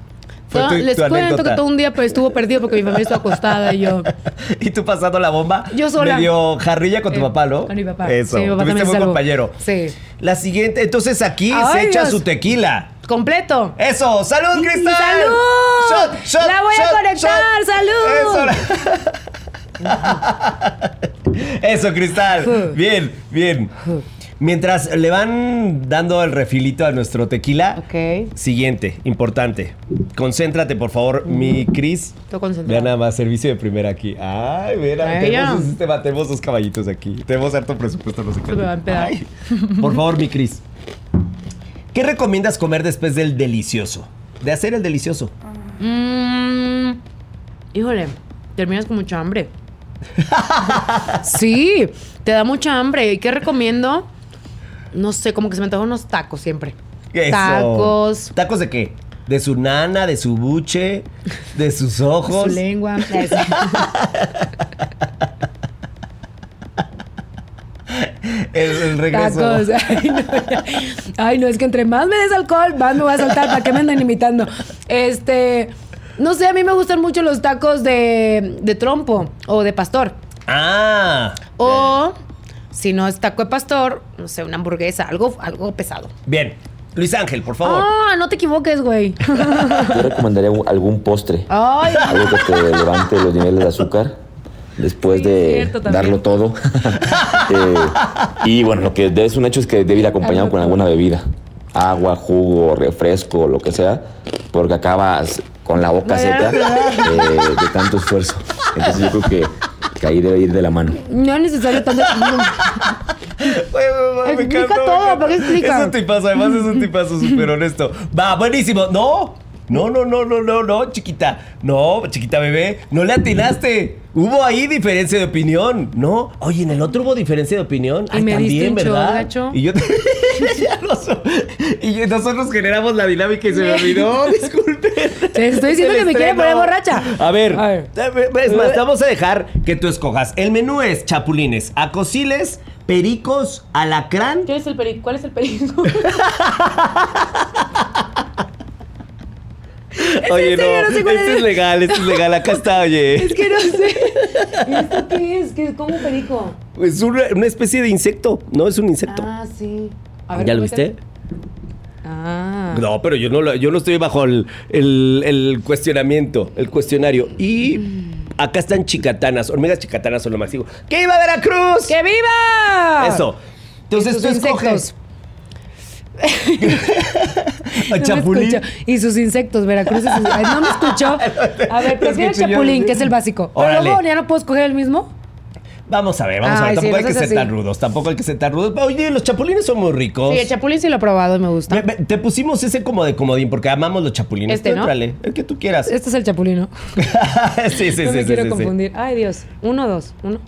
S3: Fue
S4: Todo-
S3: tu,
S4: les
S3: tu
S4: cuento
S3: anécdota.
S4: que todo un día pues, estuvo perdido porque mi familia estuvo acostada y yo.
S3: y tú pasando la bomba.
S4: Yo sola.
S3: Medio jarrilla <laughs> con tu
S4: Eh,
S3: papá, ¿no?
S4: con mi papá.
S3: Eso.
S4: Sí, mi papá
S3: Tuviste
S4: también
S3: buen
S4: salvó.
S3: compañero.
S4: Sí.
S3: La siguiente, entonces aquí se
S4: Ay,
S3: echa
S4: Dios.
S3: su tequila.
S4: ¡Completo!
S3: Eso, salud, Cristal.
S4: ¡Salud!
S3: Shot, shot,
S4: ¡La voy a
S3: shot,
S4: conectar!
S3: shot.
S4: ¡Salud! <laughs>
S3: Eso. Eso, Cristal. Bien, bien. Mientras le van dando el refilito a nuestro tequila.
S4: Ok.
S3: Siguiente, importante. Concéntrate, por favor, mi Cris.
S4: Estoy concentrada.
S3: Vean nada más, servicio de primera aquí. Ay, mira,
S4: Ay,
S3: tenemos
S4: ya.
S3: un sistema, tenemos dos caballitos aquí. Tenemos harto presupuesto, no sé qué.
S4: Se me va a empedar.
S3: Ay, Por favor, mi Cris. ¿Qué recomiendas comer después del delicioso? De hacer el delicioso.
S4: Mm, híjole, terminas con mucha hambre. sí, te da mucha hambre. ¿Y qué recomiendo? No sé, como que se me antojan unos tacos siempre.
S3: Eso.
S4: Tacos,
S3: ¿Tacos de qué? De su nana, de su buche, de sus ojos.
S4: su lengua.
S3: El, el regreso.
S4: Tacos. <laughs> Ay no, Ay, no, es que entre más me des alcohol, más me voy a saltar. ¿Para qué me andan imitando? Este. No sé, a mí me gustan mucho los tacos de, de trompo o de pastor.
S3: Ah,
S4: O si no es taco de pastor, no sé, una hamburguesa, algo, algo pesado.
S3: bien. Luis Ángel, por favor.
S4: Ah, no te equivoques, güey.
S6: Yo recomendaría un- algún postre,
S4: Ay,
S6: algo que te levante los niveles de azúcar después
S4: Sí,
S6: de
S4: cierto, también.
S6: darlo
S4: <laughs>
S6: todo. Eh, y bueno, lo que es un hecho es que debe ir acompañado
S4: Darlo
S6: con
S4: todo.
S6: alguna bebida, agua, jugo, refresco, lo que sea, porque acabas con la boca
S4: Vaya,
S6: seca eh, de tanto esfuerzo. Entonces yo creo que, que ahí debe ir de la mano.
S4: no es necesario tanto.
S3: Ay, mamá, me
S4: Explica
S3: encantó, me
S4: todo,
S3: encantó.
S4: ¿por qué explica?
S3: Es un tipazo, además es un tipazo súper honesto. Va, buenísimo. No, no, no, no, no, no, no, chiquita. No, chiquita bebé, no le atinaste. Hubo ahí diferencia de opinión, ¿no? Oye, en el otro hubo diferencia de opinión.
S4: Y
S3: Ay,
S4: me diste
S3: también,
S4: un
S3: ¿verdad?
S4: chorracho.
S3: Y yo te- <laughs> Ya lo so- Y yo- nosotros generamos la dinámica y se me
S4: <laughs>
S3: olvidó, disculpen. Ah,
S4: Te estoy diciendo
S3: El
S4: que me quiere
S3: estreno.
S4: poner borracha.
S3: A ver,
S4: A ver. Eh.
S3: es más, te vamos a dejar que tú escojas. El menú es chapulines, acosiles, pericos, alacrán
S4: ¿Qué es el perico? ¿Cuál <laughs> es el perico?
S3: Oye,
S4: en
S3: no,
S4: serio, no sé cuál
S3: esto
S4: es.
S3: es legal, esto es legal, acá está, oye.
S4: Es que no sé. ¿Y esto qué es? ¿Qué es como perico?
S3: Es una, una especie de insecto, ¿no? Es un insecto.
S4: Ah, sí. A
S3: ¿Ya lo
S4: cuéntame.
S3: viste?
S4: Ah.
S3: No, pero yo no, lo- yo no estoy bajo el, el- el cuestionamiento, el cuestionario. Y
S4: Mm.
S3: acá están chicatanas, hormigas chicatanas son lo máximo. ¡Que iba a Veracruz!
S4: ¡Que viva!
S3: Eso. Entonces
S4: sus
S3: tú escoges.
S4: No me escucho. Y sus insectos, Veracruz. y sus- Ay, No me
S3: <laughs>
S4: escuchó. A ver,
S3: Te
S4: prefiero el
S3: escucho yo.
S4: chapulín, que es el básico. Pero
S3: Órale.
S4: luego ya no puedo escoger el mismo.
S3: Vamos a ver, vamos a ver.
S4: Ay, sí,
S3: Tampoco
S4: no
S3: hay que
S4: seas
S3: ser
S4: así.
S3: tan rudos, tampoco hay que ser tan rudos. Oye, los chapulines son muy ricos.
S4: Sí, el chapulín sí lo he probado y me gusta.
S3: Ve- ve, te pusimos ese como de comodín porque amamos los chapulines.
S4: Este,
S3: Tú
S4: ¿no?
S3: entrale, el que tú quieras.
S4: Este es el chapulino.
S3: <laughs> sí, sí,
S4: no
S3: sí,
S4: me
S3: sí,
S4: quiero
S3: sí, sí.
S4: confundir. Ay, Dios. Uno, dos. Uno.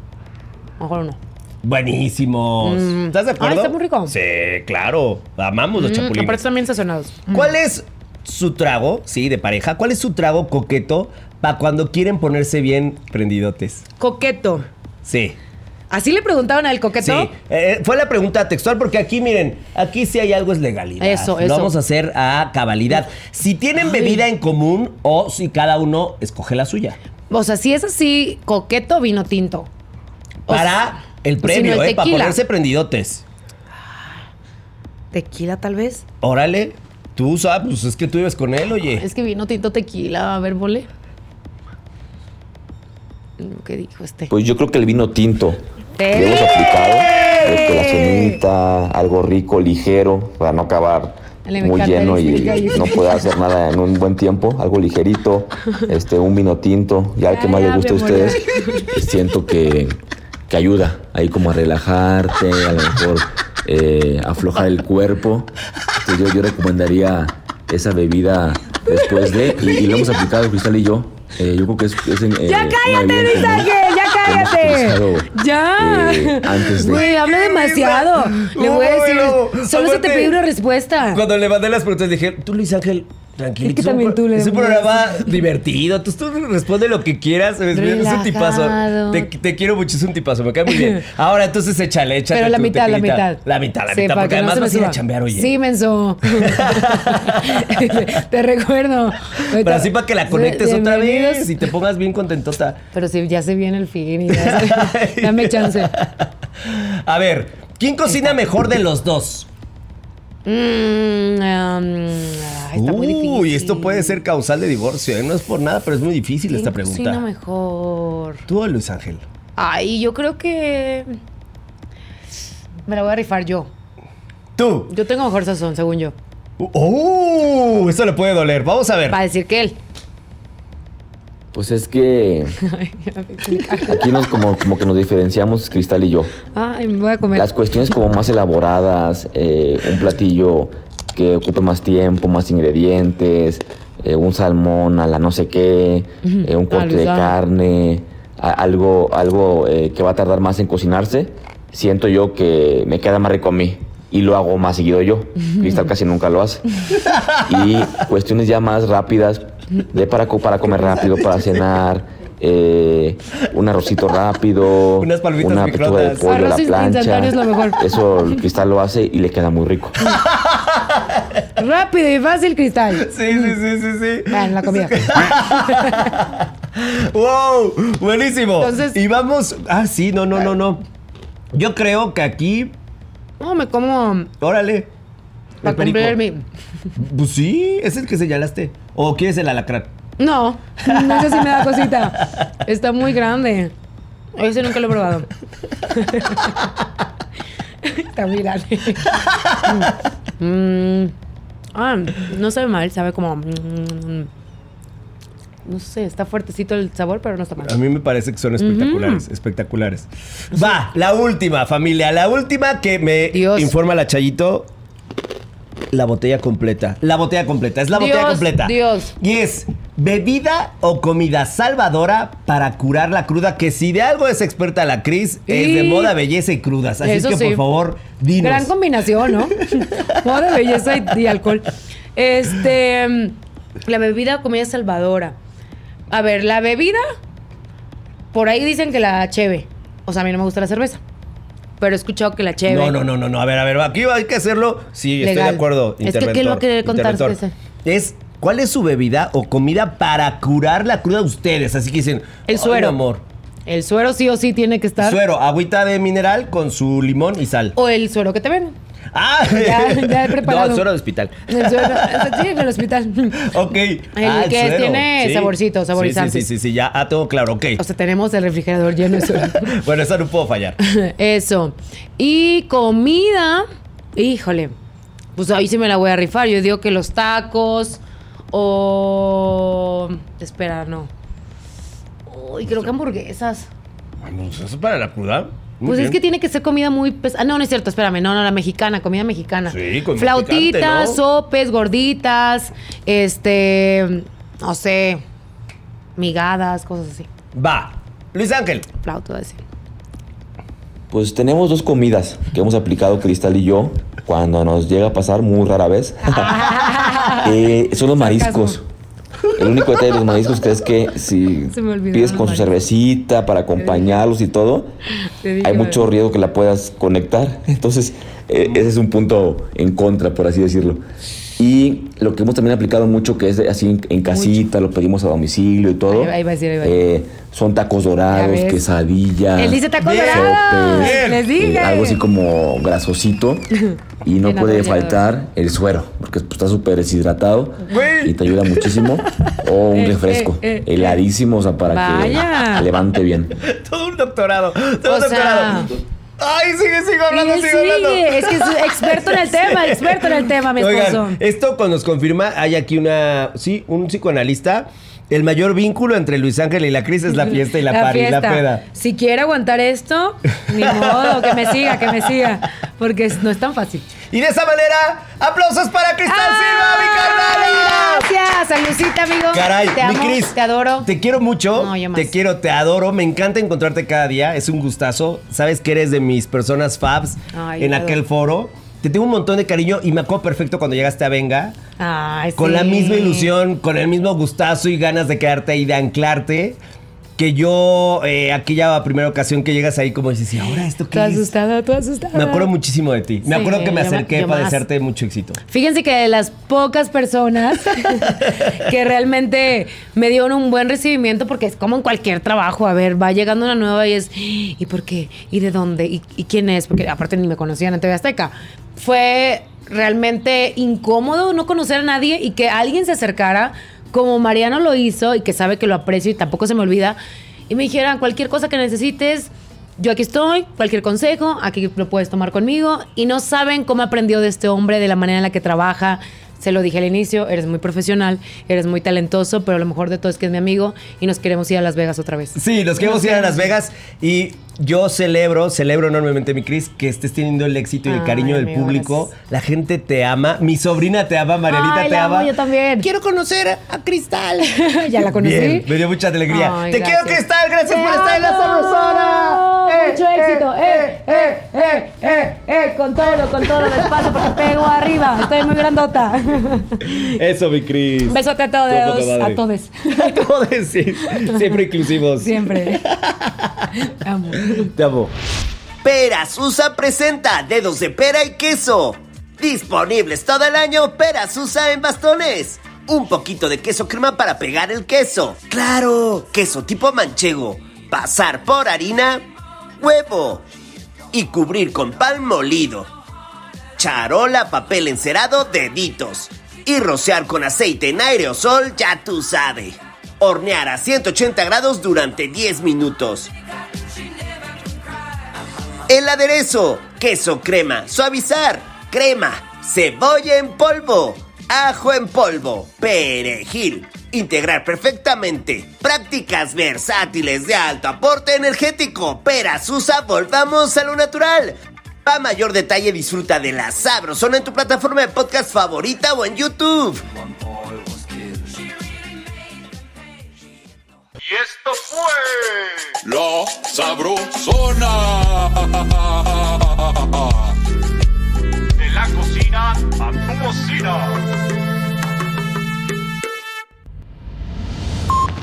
S4: Mejor uno.
S3: Buenísimos.
S4: Mm.
S3: ¿Estás de
S4: Ay,
S3: acuerdo?
S4: está muy rico.
S3: Sí, claro. Amamos los
S4: Mm,
S3: chapulines.
S4: aparte Mm. también sazonados.
S3: ¿Cuál es su trago, sí, de pareja? ¿Cuál es su trago coqueto para cuando quieren ponerse bien prendidotes?
S7: Coqueto.
S3: Sí.
S7: ¿Así le preguntaban al
S3: Sí,
S7: coqueto?
S3: Eh, fue la pregunta textual porque aquí miren, aquí si hay algo es legalidad.
S4: Eso,
S3: Lo
S4: eso.
S3: vamos a hacer a cabalidad. Si tienen bebida en común o si cada uno escoge la suya.
S4: O sea, si es así, coqueto vino tinto. O pues
S3: Para el
S4: si no,
S3: premio,
S4: el
S3: eh, para
S4: tequila.
S3: ponerse prendidotes.
S7: Tequila, tal vez.
S3: Órale, tú sabes, pues es que tú ibas con él, oye.
S4: Es que vino tinto tequila. A ver, vole. ¿Qué dijo este? ¡Eh!
S6: Pues yo creo que el vino tinto.
S4: ¡Te
S6: Le hemos
S4: vi!
S6: aplicado. este, la cenita, algo rico, ligero, para no acabar
S4: Le
S6: muy
S4: encanta
S6: lleno
S4: el
S6: y
S4: gallo.
S6: no poder hacer nada en un buen tiempo.
S4: <laughs>
S6: Algo ligerito, este, un vino tinto, ya el que
S4: Ya,
S6: más
S4: ya,
S6: les guste a
S4: me morí.
S6: ustedes. pues Siento que, que ayuda ahí como a relajarte, a lo mejor eh, aflojar el cuerpo. Entonces, yo, yo recomendaría esa bebida después de, y, y lo hemos aplicado Cristal y yo. Eh, yo creo que es, es en, eh,
S7: ¡Ya
S6: una
S7: cállate,
S6: bebida en
S7: Luis
S6: común
S7: Ángel! ¡Ya
S6: que hemos
S7: cállate!
S6: utilizado
S7: ¡Ya!
S6: eh, antes de.
S7: Güey, habla demasiado. Le voy a
S3: No,
S7: decir.
S3: bueno,
S7: Solo se te
S3: aparte-
S7: pide una respuesta.
S3: Cuando le mandé las preguntas dije, tú Luis Ángel, tranquilo.
S4: Ah. Es que
S3: es un
S4: también
S3: pro-
S4: tú le
S3: Es un
S4: mandas.
S3: programa
S4: <laughs>
S3: divertido, tú, tú responde lo que quieras, es, es un tipazo.
S4: Relajado.
S3: Te, te quiero mucho, es un tipazo, me cae muy
S4: <laughs>
S3: bien. Ahora entonces échale, échale.
S4: Pero la
S3: tu
S4: mitad, la
S3: tequilita.
S4: mitad.
S3: La mitad, la
S4: Sí,
S3: mitad,
S4: para
S3: porque
S4: que no
S3: además
S4: se me
S3: vas a ir a
S4: suba.
S3: chambear, oye. <laughs>
S4: Sí, menso. <laughs> te recuerdo.
S3: Pero así para que la conectes
S4: Bien-
S3: otra
S4: bienvenidos.
S3: vez y te pongas bien contentota.
S4: Pero sí, ya se viene el fin y ya
S3: <laughs>
S4: se- Dame chance.
S3: A ver, ¿quién cocina mejor de los dos?
S4: Mm, um, ay, está muy difícil.
S3: Uy, esto puede ser causal de divorcio, ¿eh? no es por nada, pero es muy difícil esta
S4: ¿Quién
S3: pregunta.
S4: Cocina mejor.
S3: ¿Tú o Luis Ángel?
S4: Ay, yo creo que. Me la voy a rifar yo.
S3: Tú.
S4: Yo tengo mejor sazón, según yo.
S3: ¡Oh! Eso le puede doler. Vamos a ver.
S4: Para decir que él.
S6: Pues es que aquí nos como, como que nos diferenciamos Cristal y yo.
S4: Ay, me voy a comer.
S6: Las cuestiones como más elaboradas, eh, un platillo que ocupe más tiempo, más ingredientes, eh, un salmón a la no sé qué, eh, un corte de
S4: Alusado.
S6: carne, a- algo, algo eh, que va a tardar más en cocinarse, siento yo que me queda más rico a mí y lo hago más seguido yo. Cristal casi nunca lo hace. y cuestiones ya más rápidas de para, co- para comer rápido, para cenar, eh, un arrocito rápido,
S3: Unas palmitas
S6: una pechuga de
S3: microondas.
S6: pollo a la
S4: Arroz
S6: plancha.
S4: instantáneo es lo mejor.
S6: Eso el cristal lo hace y le queda muy rico.
S4: Rápido y fácil,
S3: <laughs>
S4: cristal.
S3: Sí, sí, sí, sí, sí.
S4: Ah, en la comida.
S3: <laughs> ¡Wow! Buenísimo.
S4: Entonces-
S3: y vamos. Ah, sí, no, no, no, no. Yo creo que aquí.
S4: No, me como
S3: Órale.
S4: para
S3: el perico.
S4: cumplir mi.
S3: Pues sí, es el que señalaste. ¿O quieres el alacrán?
S4: No, no sé si me da cosita. Está muy grande. Ese nunca lo he probado. Está muy grande. Mm. Ah, no sabe mal, sabe como. mm, no sé, está fuertecito el sabor, pero no está mal.
S3: A mí me parece que son espectaculares, espectaculares. Va, la última, familia. La última que me
S4: Dios.
S3: informa la Chayito. La botella completa. La botella completa. Es la botella
S4: Dios,
S3: completa.
S4: Dios.
S3: Y es bebida o comida salvadora para curar la cruda. Que si de algo es experta la Cris, es de
S4: Y-
S3: moda, belleza y crudas. Así es
S4: Eso
S3: que por
S4: sí.
S3: favor, dinos.
S4: Gran combinación, ¿no? Moda, belleza y, y alcohol. Este. mm, La bebida o comida salvadora. A ver, la bebida. Por ahí dicen que la cheve. O sea, a mí no me gusta la cerveza. Pero he escuchado que la cheve.
S3: No, no, no, no, no. A ver, a ver, aquí hay que hacerlo. Sí, estoy
S4: Legal.
S3: de acuerdo.
S4: Es que, ¿qué
S3: interventor,
S4: lo que contaste
S3: interventor. Es cuál es su bebida o comida para curar la cruda de ustedes. Así que dicen,
S4: El
S3: "Ay,
S4: suero.
S3: mi amor.
S4: El suero sí o sí tiene que estar.
S3: Suero, agüita de mineral con su limón y sal.
S4: O el suero que te ven.
S3: Ah,
S4: Ya- ya
S3: <laughs>
S4: he
S3: No,
S4: preparado.
S3: el suero de hospital.
S4: El suero. <laughs> Sí, en
S3: <laughs>
S4: el hospital.
S3: Ok.
S4: El
S3: Ah,
S4: que
S3: suero.
S4: tiene saborcito,
S3: Sí,
S4: saborizante.
S3: Sí, sí, sí, sí, ya. Ah, tengo claro, ok.
S4: O sea, tenemos el refrigerador lleno de suero.
S3: <laughs> bueno, esa no puedo fallar.
S4: <laughs> Eso. Y comida, híjole, pues ahí sí me la voy a rifar. Yo digo que los tacos o... Espera, no. Uy, creo que hamburguesas.
S3: Bueno, pues, eso para la cruda. Muy
S4: Pues es
S3: bien.
S4: que tiene que ser comida muy pesada. Ah, no, no es cierto, espérame. No, no, la mexicana, comida mexicana.
S3: Sí, con
S4: Flautitas,
S3: picante, ¿no?
S4: sopes, gorditas, este, no sé, migadas, cosas así.
S3: Va. Luis Ángel.
S4: Flauto, así.
S6: Pues tenemos dos comidas que hemos aplicado Cristal y yo cuando nos llega a pasar, muy
S4: <laughs>
S6: rara vez. Eh, son los mariscos. El único detalle de los mariscos que es que si
S4: Se me olvidaron
S6: pides
S4: los
S6: con su
S4: mariscos.
S6: cervecita para acompañarlos y todo,
S4: Te dije,
S6: hay mucho riesgo que la puedas conectar. <laughs> Entonces, eh, ese es un punto en contra, por así decirlo. Y lo que hemos también aplicado mucho, que es de- así en, en casita, lo pedimos a domicilio y todo.
S4: Ahí va- ahí va a decir, ahí va.
S6: eh, son tacos dorados,
S4: ves.
S6: quesadillas.
S4: Él dice tacos
S6: sopes,
S4: dorados.
S3: Bien.
S4: Les
S6: eh,
S4: dije.
S6: algo así como
S4: <laughs>
S6: grasosito. Y no
S4: Bien
S6: puede
S4: apoyador.
S6: faltar el suero, porque pues, está súper deshidratado
S3: Güey.
S6: y te ayuda muchísimo. O un
S4: <laughs> Eh,
S6: refresco,
S4: eh, eh.
S6: heladísimo, o sea, para
S4: Vaya.
S6: que levante bien.
S3: <laughs> Todo un doctorado. Todo
S4: O
S3: un
S4: sea-
S3: doctorado. Ay, sigue, sigue hablando,
S4: Él
S3: sigue hablando.
S4: sigue, es
S3: <laughs>
S4: que es experto en el tema, experto en el tema, mi esposo.
S3: Oigan, esto con- nos confirma, hay aquí una, sí, un psicoanalista. El mayor vínculo entre Luis Ángel y la Cris es la fiesta y la, party, la
S4: fiesta.
S3: peda.
S4: Si quiere aguantar esto, ni modo, que me siga, que me siga. Porque es- no es tan fácil.
S3: Y de esa manera, aplausos para Cristal Silva, mi carnal.
S4: ¡Ay, Gracias, Salucita, amigo.
S3: Caray,
S4: te amo,
S3: mi Cris,
S4: te adoro.
S3: Te quiero mucho.
S4: No, yo más.
S3: Te quiero, te adoro. Me encanta encontrarte cada día. Es un gustazo. Sabes que eres de mis personas fabs
S4: Ay,
S3: en
S4: yo
S3: aquel
S4: adoro.
S3: foro. Te tengo un montón de cariño y me acuerdo perfecto cuando llegaste a Venga.
S4: Ay,
S3: con
S4: sí.
S3: la misma ilusión, con el mismo gustazo y ganas de quedarte ahí, de anclarte. Que yo, eh, aquella primera ocasión que llegas ahí, como dices, ¿y ahora esto
S4: Tú
S3: qué es?
S4: asustada, tú asustada.
S3: Me acuerdo muchísimo de ti. Me
S4: Sí,
S3: acuerdo que me
S4: yo ma-
S3: acerqué
S4: yo
S3: para
S4: más.
S3: desearte mucho éxito.
S4: Fíjense que de las pocas personas que realmente me dieron un buen recibimiento, porque es como en cualquier trabajo, a ver, va llegando una nueva y es, ¿y por qué? ¿Y de dónde? ¿Y, y quién es? Porque aparte ni me conocían en TV Azteca. Fue realmente incómodo no conocer a nadie y que alguien se acercara, como Mariano lo hizo y que sabe que lo aprecio y tampoco se me olvida, y me dijeran cualquier cosa que necesites. Yo aquí estoy, cualquier consejo, aquí lo puedes tomar conmigo. Y no saben cómo aprendió de este hombre, de la manera en la que trabaja. Se lo dije al inicio, eres muy profesional, eres muy talentoso, pero lo mejor de todo es que es mi amigo y nos queremos ir a Las Vegas otra vez. <laughs>
S3: Sí, nos queremos ir a Las Vegas y yo celebro, celebro enormemente, mi Cris, que estés teniendo el éxito y el
S4: Ay,
S3: cariño del
S4: amigo,
S3: público.
S4: gracias.
S3: La gente te ama. Mi sobrina te ama, Marianita
S4: Ay,
S3: te
S4: la
S3: ama.
S4: amo, yo también.
S3: Quiero conocer a Cristal.
S4: ya la conocí.
S3: Bien, me dio mucha alegría.
S4: Ay,
S3: te
S4: gracias.
S3: quiero, Cristal. Gracias
S4: Te
S3: por estar en la
S4: amo.
S3: sabrosona.
S4: Mucho éxito. Eh, eh, eh, eh, eh, con todo, con todo, de espalda porque pego arriba. Estoy muy grandota.
S3: Eso, mi Cris.
S4: Besote a
S3: Todo poca
S4: todos,
S3: madre. <laughs>
S4: a todos.
S3: Acabo de decir. Siempre inclusivos.
S4: Siempre. <laughs> Amo.
S3: <laughs> Te amo. Pera Susa presenta dedos de pera y queso. Disponibles todo el año, Pera Susa en bastones. Un poquito de queso crema para pegar el queso. Claro, queso tipo manchego. Pasar por harina, huevo. Y cubrir con pan molido. Charola, papel encerado, deditos. Y rociar con aceite en aerosol, ya tú sabes. Hornear a 180 grados durante 10 minutos. El aderezo, queso crema, suavizar, crema, cebolla en polvo, ajo en polvo, perejil. Integrar perfectamente. Prácticas versátiles de alto aporte energético. Pera Susa, volvamos a lo natural. Para mayor detalle disfruta de la Sabrosona en tu plataforma de podcast favorita o en YouTube.
S2: Y esto fue La Sabrosona. De la cocina a tu cocina.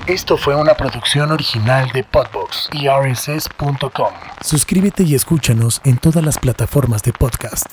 S8: Esto fue una producción original de Podbox y RSS.com. Suscríbete y escúchanos en todas las plataformas de podcast.